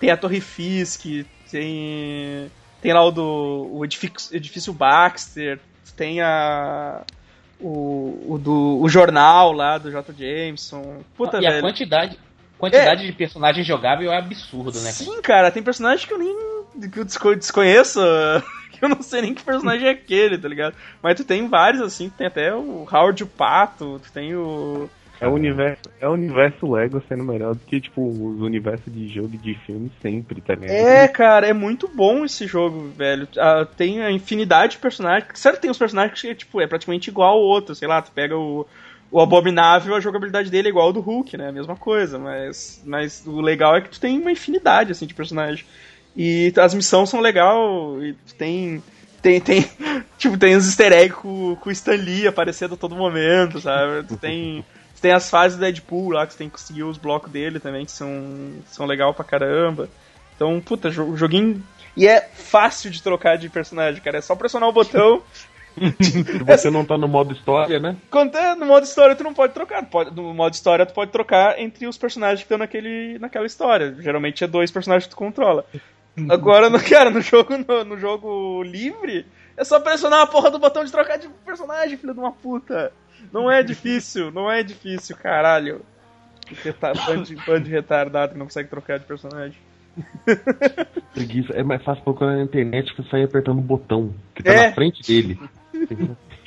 Tem a Torre Fisk, tem. Tem lá o do. O edifício, edifício Baxter, tem a. O, o do o jornal lá do J. Jameson. Puta, e a velho. É. quantidade, quantidade de personagens jogável é absurdo, né? cara? Sim, cara, tem personagem que eu nem. que eu desco- desconheço. <laughs> Que eu não sei nem que personagem é aquele, tá ligado? Mas tu tem vários, assim, tu tem até o Howard o Pato, tu tem o. É o universo, é o universo Lego sendo melhor do que, tipo, os universos de jogo e de filme sempre, tá ligado? É, cara, é muito bom esse jogo, velho. Ah, tem a infinidade de personagens. Certo, tem uns personagens que, tipo, é praticamente igual ao outro, sei lá, tu pega o. O Abominável, a jogabilidade dele é igual ao do Hulk, né? A mesma coisa, mas, mas o legal é que tu tem uma infinidade, assim, de personagens. E as missões são legal, e tu tem. Tem, tem, <laughs> tipo, tem os easter eggs com, com o Stan Lee aparecendo a todo momento, sabe? Tu tem, tu tem as fases do Deadpool lá, que tu tem que conseguir os blocos dele também, que são, são legal pra caramba. Então, puta, jo- joguinho. E é fácil de trocar de personagem, cara. É só pressionar o botão. Se você não tá no modo história, né? Quando é no modo história, tu não pode trocar. Tu pode- no modo história, tu pode trocar entre os personagens que estão naquele, naquela história. Geralmente é dois personagens que tu controla. Agora, no, <laughs> cara, no jogo, no, no jogo livre, é só pressionar a porra do botão de trocar de personagem, filho de uma puta. Não é difícil, não é difícil, caralho. Reta- Bando de, bando de retardado que não consegue trocar de personagem. Preguiça. É mais fácil procurar na internet que sair apertando o botão que tá É. na frente dele.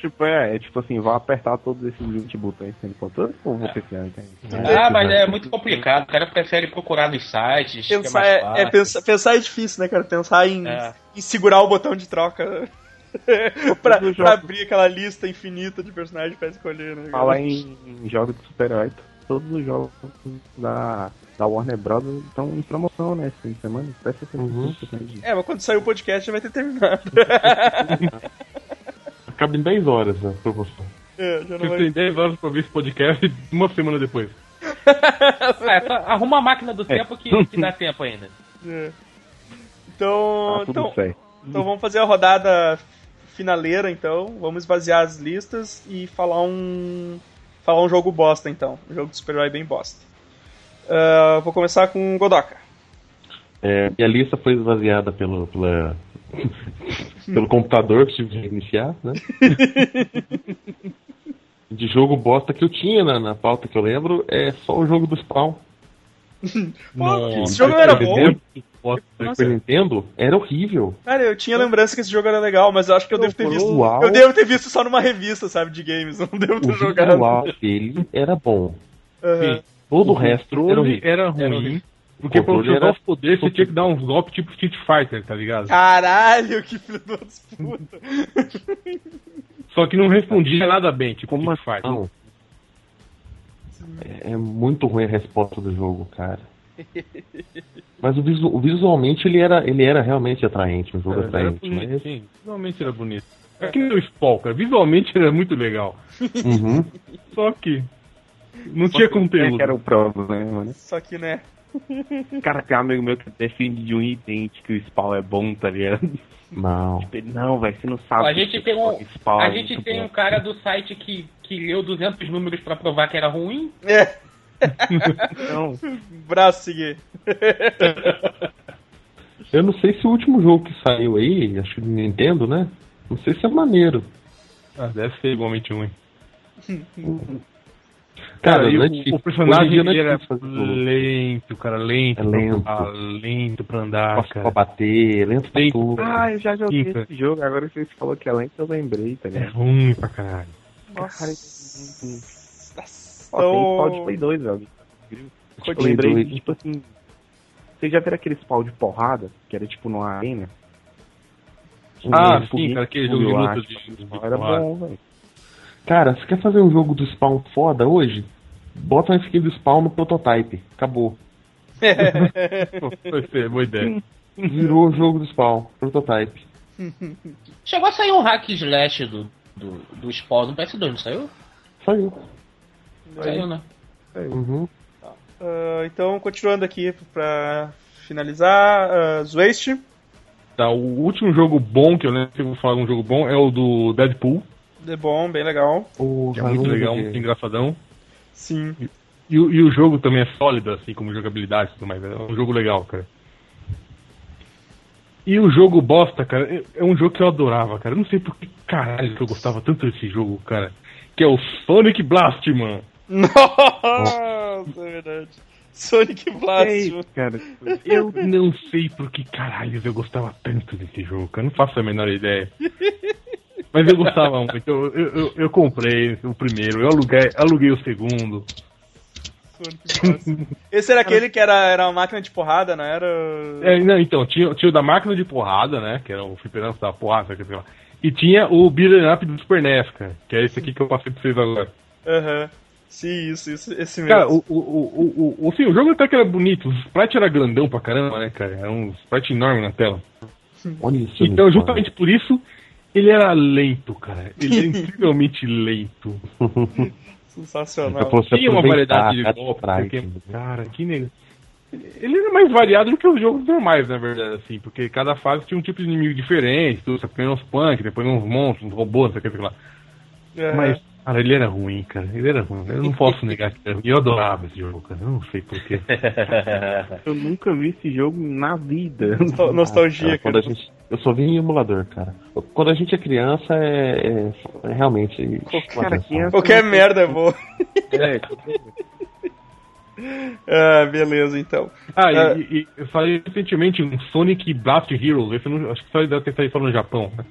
Tipo, é, é tipo assim, vai apertar todos esses 20 botões sendo controle ou vou ter que entender? Ah, mas é muito complicado. O cara prefere procurar nos sites. que Pensar mais é, é fácil. pensar, pensar é difícil, né, cara? Pensar em, É. em segurar o botão de troca <laughs> pra, Todo jogo. pra abrir aquela lista infinita de personagens pra escolher, né? cara? Falar em, em jogos de super-herói, todos os jogos da, da Warner Bros. estão em promoção, né? Esse fim de semana. Peça né, esse Uhum. É, mas quando sair o podcast já vai ter terminado. <laughs> Acaba em 10 horas né, a promoção. É, já não Você vai... tem 10 horas pra ouvir esse podcast uma semana depois. Ah, tá- arruma a máquina É. do tempo que, que dá <laughs> tempo ainda. é. Então, Tá tudo então, certo. então vamos fazer a rodada finaleira, então. Vamos esvaziar as listas e falar um falar um jogo bosta, então. Um jogo de super-herói bem bosta. Ah, vou começar com Godoka. É, minha lista foi esvaziada pelo, pela- <laughs> pelo computador que tive que reiniciar, né? De jogo bosta que eu tinha né? na, na pauta que eu lembro, é só o jogo do Spawn. Pô, esse jogo era bom. Bosta do Nossa. Super Nintendo era horrível. Cara, eu tinha lembrança que esse jogo era legal, mas eu acho que eu, Eu devo ter vou- visto. uau. Eu devo ter visto só numa revista, sabe, de games. <laughs> Não devo O ter é jogado. visual dele era bom. Aham. Todo o resto é era controle horrível. era ruim. horrível. Porque pra controle você usar era- os poderes, você tinha que dar uns golpes tipo Street Fighter, tá ligado? Caralho, que filho da puta. Só que não respondia nada bem, tipo Como Street Fighter. Não. É, é muito ruim a resposta do jogo, cara. Mas o visu- visualmente ele era, ele era realmente atraente, um jogo É, Era- era atraente. bonito, mas- sim. Visualmente era bonito. É que nem o Spawn, cara. Visualmente era muito legal. Uhum. Só que não tinha É conteúdo. que era o problema, né? Só que, né? Cara, tem um amigo meu que defende de um idêntico que o spawn é bom, tá ligado? Não. Ele, Não, velho, você não sabe. A gente que tem um- spawn A é gente muito tem bom. um cara do site que, que leu 200 números pra provar que era ruim. É, um- Não, braço seguir. Eu não sei se o último jogo que saiu aí, acho que do Nintendo, né? Não sei se é maneiro. Ah, deve ser igualmente ruim. Cara, e não é o, difícil. o personagem Hoje em dia não é era difícil fazer jogo. lento, cara, lento. É lento. Ah, lento pra andar, Fácil pra cara. bater, lento pra Tem- tudo. Ah, eu já joguei Quinta. esse jogo, agora que você falou que é lento, eu lembrei, tá É ligado? ruim pra caralho. Nossa. Cara, Ó, tem spawn de Então, Play 2, velho. Play Eu lembrei, dois. que, tipo assim. Vocês já viram aquele spawn de porrada? Que era tipo numa arena? Ah, Um sim, cara, aquele jogo de Pulo lá, luta de, tipo, de Era porrada. bom, velho. Cara, você quer fazer um jogo do Spawn foda hoje? Bota uma skin do Spawn no prototype. Acabou. Foi ser, boa ideia. Virou o jogo do Spawn. Prototype. Chegou a sair um hack slash do, do, do um Spawn no PS2, não saiu? Saiu. Saiu, né? Uhum. ah, então continuando aqui pra finalizar, uh, Zwaste. Tá, o último jogo bom que eu lembro, se eu vou falar de um jogo bom, é o do Deadpool, The Bom, bem legal. Porra, que é muito não legal, joguei. muito engraçadão. <laughs> Sim. E, o- e o jogo também é sólido, assim, como jogabilidade e tudo mais. É um jogo legal, cara. E o jogo bosta, cara, é- é um jogo que eu adorava, cara. Eu não sei por que caralho que eu gostava tanto desse jogo, cara. Que é o Sonic Blast, mano. Nossa, é verdade. Sonic Blast. <laughs> Ei, cara. Eu não sei por que caralho eu gostava tanto desse jogo, cara. Eu não faço a menor ideia. Mas eu gostava muito. Eu, eu, eu- eu comprei o primeiro, eu aluguei, aluguei o segundo. Sonic Blast. Esse era aquele que era, era uma máquina de porrada, não era? É, não, então, tinha, tinha o da máquina de porrada, né? Que era o fliperama da porrada, quer dizer lá. E tinha o beat'em up do Super NES, cara. Que é esse aqui que eu passei pra vocês agora. É. Aham. Sim, isso, isso, esse mesmo. Cara, o, o, o, o, o, assim, o jogo até que era bonito. O sprite era grandão pra caramba, né, cara? Era um sprite enorme na tela. Olha isso. Então, cara. justamente por isso, ele era lento, cara. Ele era incrivelmente lento. Pra Sensacional. você Tinha uma aproveitar variedade de cada golpes, sprite, porque- né? cara, que negócio. Ele era mais variado do que os jogos normais, na verdade, assim, porque cada fase tinha um tipo de inimigo diferente, tudo, você primeiro uns punk, depois uns monstros, uns robôs, não sei o que, sei lá. Aham. Mas, cara, ele era ruim, cara, ele era ruim, eu <laughs> não posso negar que era ruim. eu adorava esse jogo, cara, eu não sei porquê. É. Eu nunca vi esse jogo na <laughs> vida. Nostal- Nostalgia, Cara, quando cara. a gente, eu só vi em emulador, cara. Quando a gente é criança, é, é- é realmente. chama cara, atenção. criança- Qualquer merda é boa. <laughs> ah, beleza, então. Ah, É. e, e- eu falei recentemente um Sonic Blast Heroes, esse eu não, acho que só deve ter saído só no Japão, <laughs> né?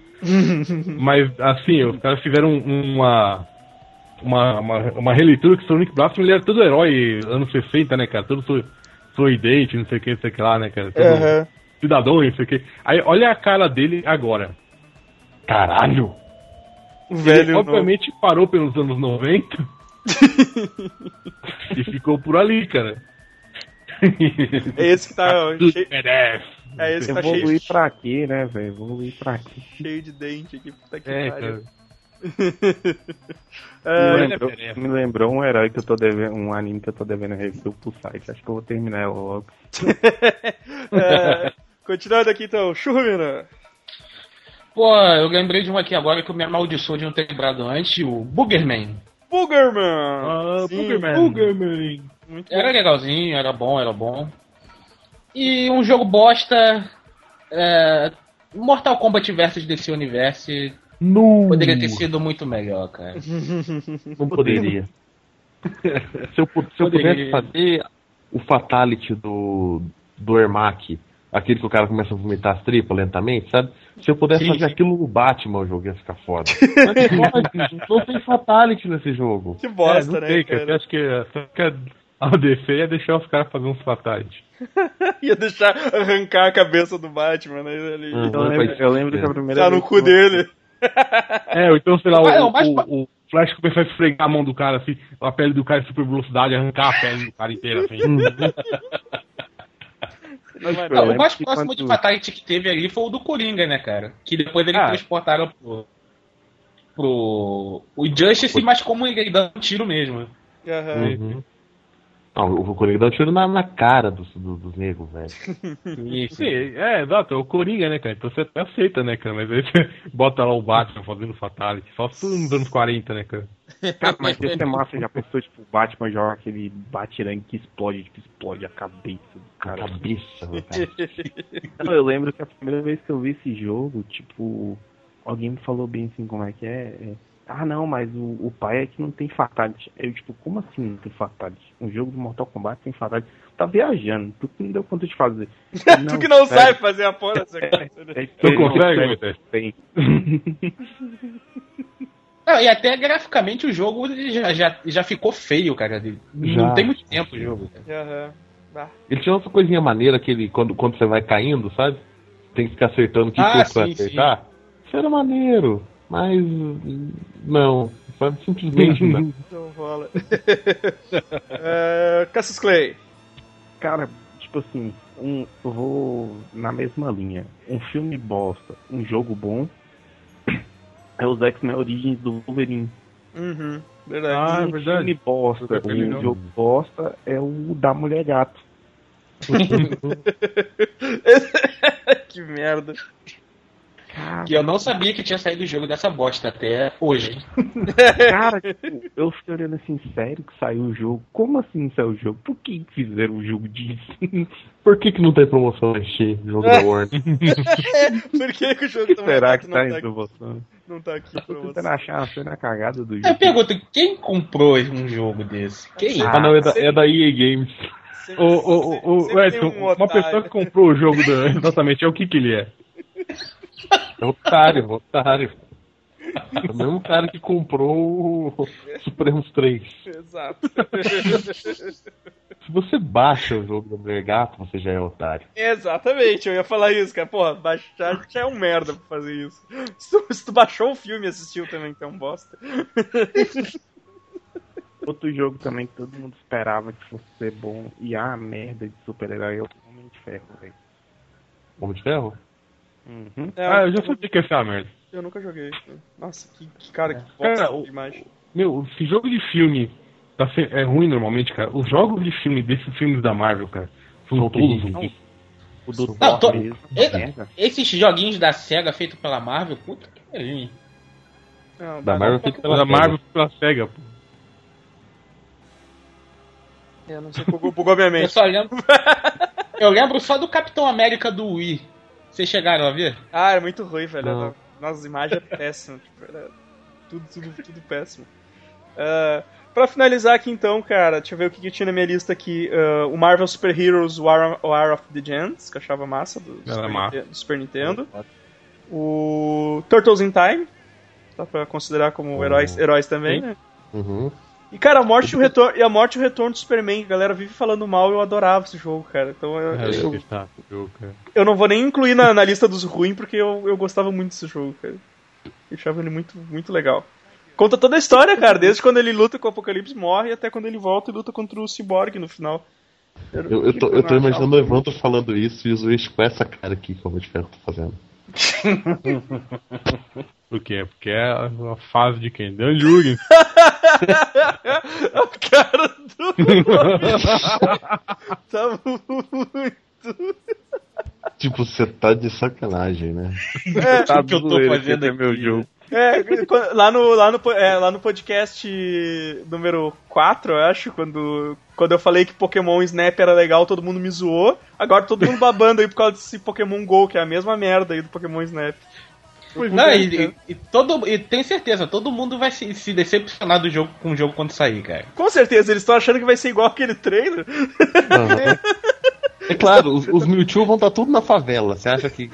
Mas, assim, os caras fizeram uma, uma, uma, uma releitura que Sonic Blast ele era todo herói anos 60, né, cara? Todo soi- sorridente, não sei o que, não sei o que lá, né, cara? Todo Aham. cidadão, não sei o que. Aí, olha a cara dele agora. Caralho! O Uhum. Um velho. ele, novo. obviamente, parou pelos anos 90 <laughs> e ficou por ali, cara. É esse que tá <laughs> cheio, merece. é esse que tá cheio, Evoluir pra quê, né, velho? Evoluir pra quê? cheio de dente aqui. Puta que É, cara. pariu. Me Ah, lembrou, merece. me lembrou um herói que eu tô devendo, um anime que eu tô devendo review pro site. Acho que eu vou terminar ela logo. ah, continuando aqui então, Churrumina. Pô, eu lembrei de um aqui agora que eu me amaldiçoou de não ter lembrado antes, o Boogerman. Boogerman! Ah, Sim, Boogerman. Muito bom. Era legalzinho, era bom, era bom. E um jogo bosta. é, Mortal Kombat versus DC Universo No. poderia ter sido muito melhor, cara. Não <laughs> poderia. se eu, pu- se eu Poderia. pudesse fazer o fatality do, do Ermac, aquele que o cara começa a vomitar as tripas lentamente, sabe? Se eu pudesse Sim. fazer aquilo no Batman, o jogo ia ficar <laughs> foda. Mas não pode, não tem fatality nesse jogo. Que É, bosta, não né, sei, cara. Eu cara? <laughs> acho que eh, só que <laughs> a ADC ia deixar os caras fazer uns fatais. Ia deixar arrancar a cabeça do Batman, né? Ele Hum. Eu lembro, eu lembro que a primeira tá no vez cu dele. É, ou então, sei lá, o, Ah, não, mas- o- o Flash começar a esfregar a mão do cara, assim, a pele do cara em super velocidade, arrancar a pele do cara inteira, assim. Hum. Mas, tipo, eu Ah, o lembro mais que próximo de quando- fatality que teve ali foi o do Coringa, né, cara? Que depois eles Ah. transportaram pro. pro. o Justice, mas como ele dando um tiro mesmo. Aham. Uhum. Não, o Coringa dá um tiro na, na cara dos, do- dos negros, velho. Sim, é, exato, é o Coringa, né, cara? Então você até aceita, né, cara? Mas aí você <laughs> bota lá o Batman fazendo fatality, só nos anos 40, né, cara? Cara, <laughs> mas esse é massa, já pensou, tipo, o Batman joga aquele batirangue que explode, que explode a cabeça do Na cara. cabeça, velho, Tá, cara. Não, eu lembro que a primeira vez que eu vi esse jogo, tipo, alguém me falou bem assim como é que é. é, ah não, mas o, o pai é que não tem fatality. Eu, tipo, como assim não tem fatality? Um jogo do Mortal Kombat tem fatality. Tá viajando, tu que não deu conta de fazer. <laughs> tu que é. não sério, sabe fazer a porra dessa coisa, né? é que Você não consegue, né? consegue, Moisés? tem. Não, e até graficamente o jogo ele já, já, já ficou feio, cara. Ele- Não Já. tem muito tempo o jogo. cara. Aham. Ele tinha outra coisinha maneira que ele, quando, quando você vai caindo, sabe? Tem que ficar acertando o que Ah, que você vai sim, sim. acertar. Isso era maneiro, mas hum, não. Sabe? Simplesmente <laughs> não. Então rola. <laughs> Ah, Cassius Clay. Cara, tipo assim, um, eu vou na mesma linha. Um filme bosta, um jogo bom. <clears throat> É os X-Men Origins do Wolverine. Uhum. Ah, Verdade. é um verdade. filme bosta, Jogo é um legal. jogo bosta é o da Mulher Gato. que merda. Ah. Que eu não sabia que tinha saído o jogo dessa bosta até hoje. Cara, tipo, eu fiquei olhando assim, sério que saiu o jogo? Como assim saiu o jogo? Por que fizeram um jogo disso? <laughs> Por que, que não tem promoção este jogo da <laughs> Warner? Por que, que o jogo <laughs> tá Será que não tá em aqui- promoção? Não tá aqui pra Tô tentando você. achar a cena cagada do Eu jogo. pergunto, quem comprou um jogo desse? Que isso? Ah, não, é da, sei. é da EA Games. Sempre- Ô, ô, ô, ô, sempre tem Edson, um uma otário. pessoa que comprou o jogo da. <laughs> Exatamente, é o que que ele é? É otário, otário. É o mesmo cara que comprou o Supremos 3. <laughs> Exato. Se você baixa o jogo da Mulher Gato, você já é otário. Exatamente, eu ia falar isso, cara. Porra, baixar já é um merda pra fazer isso. <laughs> Se tu, se tu baixou o filme e assistiu também, então bosta. Outro jogo também que todo mundo esperava que fosse ser bom e a merda de super-herói é o Homem de Ferro, velho. Homem de Ferro? Uhum. É, Ah, eu já sabia que ia ser uma merda. eu nunca joguei. Nossa, que, que cara, que Cara, bosta o- de imagem. Meu, esse jogo de filme tá se- é ruim normalmente, cara. Os jogos de filme desses filmes da Marvel, cara, são todos terríveis. ruins. O do Não, Thor tô- mesmo. Ele- Merda. Esses joguinhos da SEGA feitos pela Marvel, puta que pariu. hein? Não, dá- Da tá, Marvel dá- feito pela Da Marvel pela SEGA, pô. Eu não sei. Bugou, bugou <laughs> minha Eu mente. só <laughs> lembro. eu lembro só do Capitão América do Wii. Vocês chegaram a ver? Ah, era muito ruim, velho. Não. Era- Nossa, as imagens eram péssimas. Tipo, era tudo, tudo, tudo péssimo. Ah, pra finalizar aqui então, cara, deixa eu ver o que, que tinha na minha lista aqui. Ah, o Marvel Super Heroes War, War of the Gens, que eu achava massa, do, do Era Super, massa. Ninte- do Super Nintendo. O Turtles in Time, dá pra considerar como Uhum. Oh. heróis, heróis também, Sim. né? Uhum. E cara, a morte, e o retorno, e a morte e o retorno do Superman, a galera vive falando mal, eu adorava esse jogo, cara. Então eu, É, eu, espetáculo, jogo, cara. eu não vou nem incluir na, na lista dos ruins, porque eu, eu gostava muito desse jogo, cara. Eu achava ele muito, muito legal. Conta toda a história, cara, desde quando ele luta com o Apocalipse, morre, até quando ele volta e luta contra o Cyborg no final. Eu, eu, tô, eu tô imaginando o Evandro falando isso e o Zuiz com essa cara aqui que o Homem de Ferro tá fazendo. Por quê? Porque é a, a fase de quem? Dan Jurgens. <laughs> <laughs> O cara do... <laughs> tá muito... Tipo, você tá de sacanagem, né? Tá o É, tipo, que eu tô zoeira, fazendo esse é meu aqui? jogo. É, quando- lá no, lá no, po- é, lá no podcast número 4, eu acho, quando, quando eu falei que Pokémon Snap era legal, todo mundo me zoou. Agora todo mundo babando aí por causa desse Pokémon GO, que é a mesma merda aí do Pokémon Snap. Não, e, e- e todo, e tem certeza, todo mundo vai se, se decepcionar do jogo com o jogo quando sair, cara. Com certeza, eles estão achando que vai ser igual aquele trailer. Aham. É claro, os, os Mewtwo vão estar tudo na favela. Você acha que.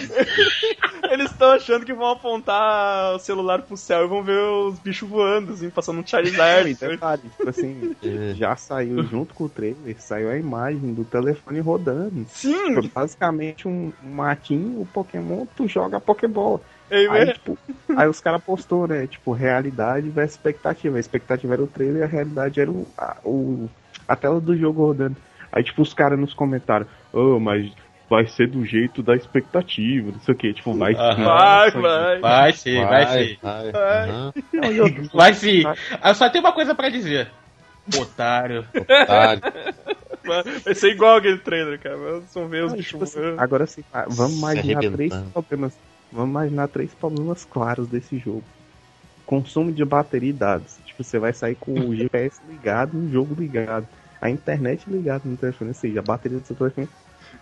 Eles estão achando que vão apontar o celular pro céu e vão ver os bichos voando, assim, passando um Não, e Charizard. detalhe, tipo assim, É, já saiu junto com o trailer, saiu a imagem do telefone rodando. Hum. Sim, Foi basicamente um, um matinho, o Pokémon, tu joga Pokébola. é, Aí, é, tipo, aí os caras postou, né? Tipo, realidade versus expectativa. A expectativa era o trailer e a realidade era o, a, o- a tela do jogo rodando. Aí, tipo, os caras nos comentários, oh, mas vai ser do jeito da expectativa, não sei o que. Tipo, vai sim. Aham. vai, Foi- vai. Vai sim, vai, sim. vai, Vai. aham, Não, e eu- Vai sim. Eu só tenho uma coisa pra dizer. Otário. tá. Vai ser igual aquele trailer, cara. Vocês vão ver os Não, tipo bichos assim, voando. agora sim, ah, vamos Se imaginar três arrebentando. problemas. Vamos imaginar três problemas claros desse jogo. Consumo de bateria e dados. Tipo, você vai sair com o GPS ligado, o jogo ligado, a internet ligada no telefone, ou seja, a bateria do seu telefone.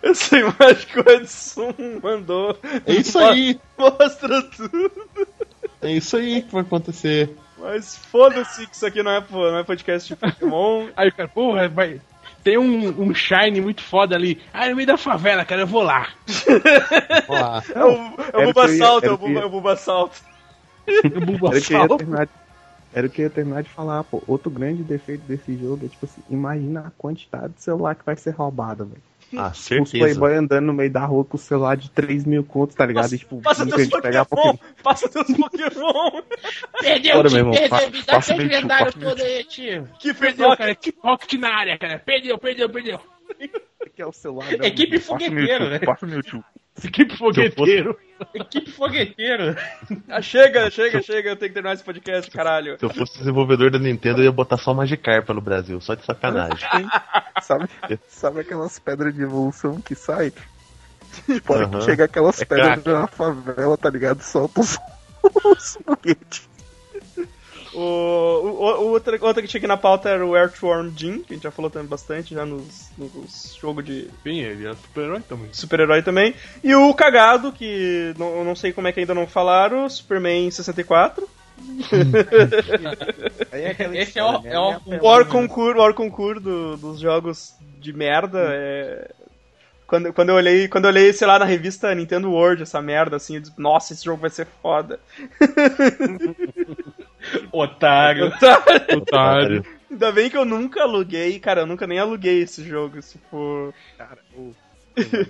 Essa imagem que o Edson mandou É isso aí! mostra tudo. É isso aí que vai acontecer. Mas foda-se que isso aqui não é, po- não é podcast de <laughs> Pokémon. Ah, Aí o cara, porra, vai. Tem um, um shine muito foda ali. Ah, no meio da favela, cara, eu vou lá. Vamos lá. É o, é o era o que eu ia- Bulbasalto, é era o o que eu ia- Bulba- é o Bulbasalto. Eu bubo Era o que eu ia sal. terminar de, era o que eu ia terminar de falar, pô. Outro grande defeito desse jogo é, tipo assim, imagina a quantidade de celular que vai ser roubada, velho. Ah, Os certeza. Playboy andando no meio da rua com o celular de 3 mil contos, tá ligado? e, tipo, Passa não teus quer pegar Pokémon! Passa teus <laughs> Pokémon! Perdeu, Bora, tio, meu irmão, perdeu. Me dá passa seu bem, tio, lendário passa bem, todo aí, tio. Que Perdeu, perdeu, cara. Que rocket na área, cara. Perdeu, perdeu, perdeu. que é o celular. Equipe fogueteiro, né? Passa o Mewtwo. Equipe fogueteiro. Equipe fogueteiro. Ah, chega, chega, chega, eu tenho que terminar esse podcast, caralho. Se eu fosse desenvolvedor da Nintendo, eu ia botar só Magikarpa no Brasil, só de sacanagem. Sabe, <laughs> sabe aquelas pedras de evolução que saem? Tipo, hora que Aham. chega aquelas É pedras craque. na favela, tá ligado? Solta os, <laughs> os foguetes. O, o- o- outra, outra que tinha aqui na pauta era o Earthworm Jim, que a gente já falou também bastante já nos, nos jogos de Sim, ele é super-herói também. super-herói também. E o Cagado, que não, eu não sei como é que ainda não falaram, Superman 64. Aí é aquela Esse é história, o- né? é o- Ele apelão, O né? Orconcourt, o Orconcourt do, dos jogos de merda Hum. é. Quando, quando, eu olhei, quando eu olhei, sei lá, na revista Nintendo World, essa merda, assim, eu disse, nossa, esse jogo vai ser foda. <laughs> Otário. Otário. Ainda bem que eu nunca aluguei, cara, eu nunca nem aluguei esse jogo, tipo... Cara, ô,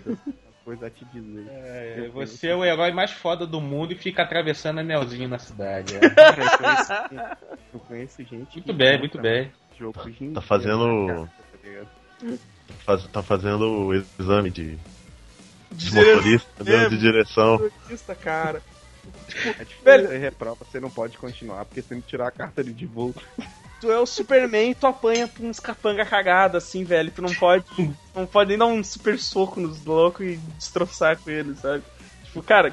uma coisa a te dizer. É, Você é o herói mais foda do mundo e fica atravessando anelzinho na cidade. é. Cara, eu conheço, eu conheço gente. que Muito bem, compra muito bem. Jogo hoje em Tá dia, fazendo- né, cara, tá ligado? Faz- tá fazendo o exame de, de Dire- motorista, mesmo de direção. tá Motorista, cara. É tipo, Velho. você reprova, você não pode continuar, porque se não tirar a carta de divulgo, Tu é o Superman e tu apanha pra uns capanga cagada, assim, velho. Tu não pode, não pode nem dar um super soco nos loucos e destroçar com eles, sabe? Tipo, cara,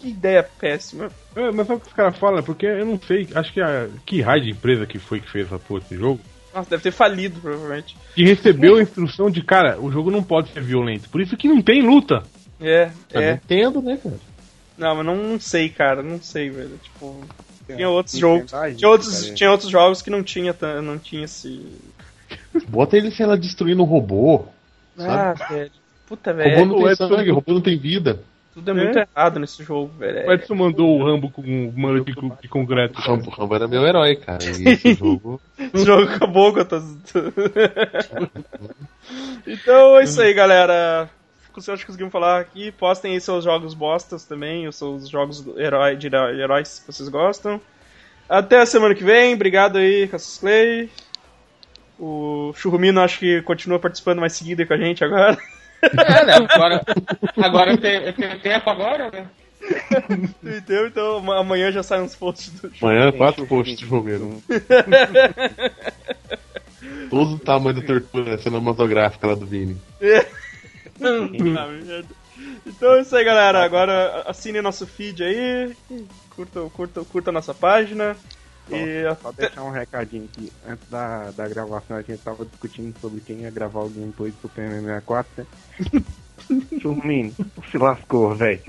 que ideia péssima. É, mas sabe o que os caras falam? Porque eu não sei, acho que a. Que raio de empresa que foi que fez essa porra desse jogo? Nossa, deve ter falido, provavelmente. Que recebeu a instrução de, cara, o jogo não pode ser violento. Por isso que não tem luta. É, é. Entendo, né, cara? Não, mas não, não sei, cara. Não sei, velho. Tipo, tem tinha outros tem jogos. mais gente, Tinha outros, cara. tinha outros jogos que não tinha, tan- não tinha esse. Bota ele, sei lá, destruindo um robô. Ah, Sabe? velho. Puta, É, robô velho. não tem o Edson- sangue, robô não tem vida. Tudo é muito errado nesse jogo, velho. O Edson mandou o Rambo com um mano de, co- de concreto. O Rambo, o Rambo era meu herói, cara. E esse jogo. O <laughs> jogo acabou com tá- todas. <laughs> então é isso aí, galera. Se acho que conseguimos falar aqui, postem aí seus jogos bostas também, os seus jogos do- herói, de heró- heróis que vocês gostam. Até a semana que vem, obrigado aí, Cassius Clay. O Churrumino acho que continua participando mais seguido aí com a gente agora. É, né? Agora, agora tem, tem tempo agora, né? Entendeu? Então ama- amanhã já saem uns posts do Amanhã, quatro posts de Romero. Todo o tamanho da tortura cinematográfica lá do Vini. Ah, merda. Então é isso aí, galera. Agora assine nosso feed aí. Curta, curta, curta a nossa página. E Só deixar um recadinho aqui. Antes da, da gravação, a gente tava discutindo sobre quem ia gravar o gameplay do Super Mario 64, né? <laughs> Churmino, tu se lascou, velho.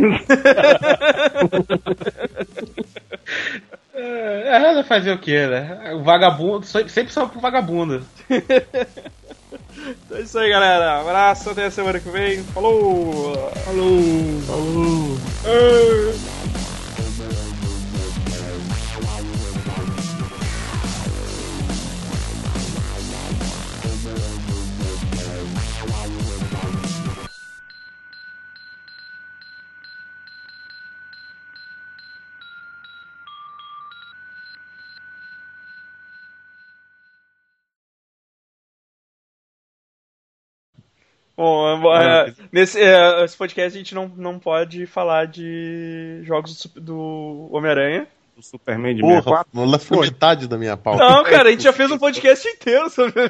É, é, fazer o quê, né? O vagabundo, sempre sempre só pro vagabundo. é isso aí, galera. Abraço, até a semana que vem. Falou! Falou! Falou! Bom, eu vou- é, nesse é, esse podcast a gente não, não pode falar de jogos do, Sup- do Homem-Aranha. O Superman de Porra, 64. lá foi metade da minha pauta. Não, cara, a gente já fez um podcast inteiro sobre o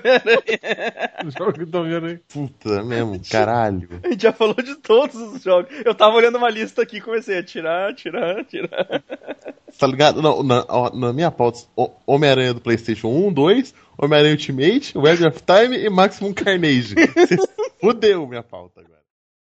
Homem-Aranha. Puta mesmo, caralho. A gente já falou de todos os jogos. Eu tava olhando uma lista aqui e comecei a tirar, tirar, tirar. Tá ligado? Não, na, ó, na minha pauta, o- Homem-Aranha do PlayStation 1, 2, Homem-Aranha Ultimate, Web of Time e Maximum Carnage. Fudeu minha pauta agora.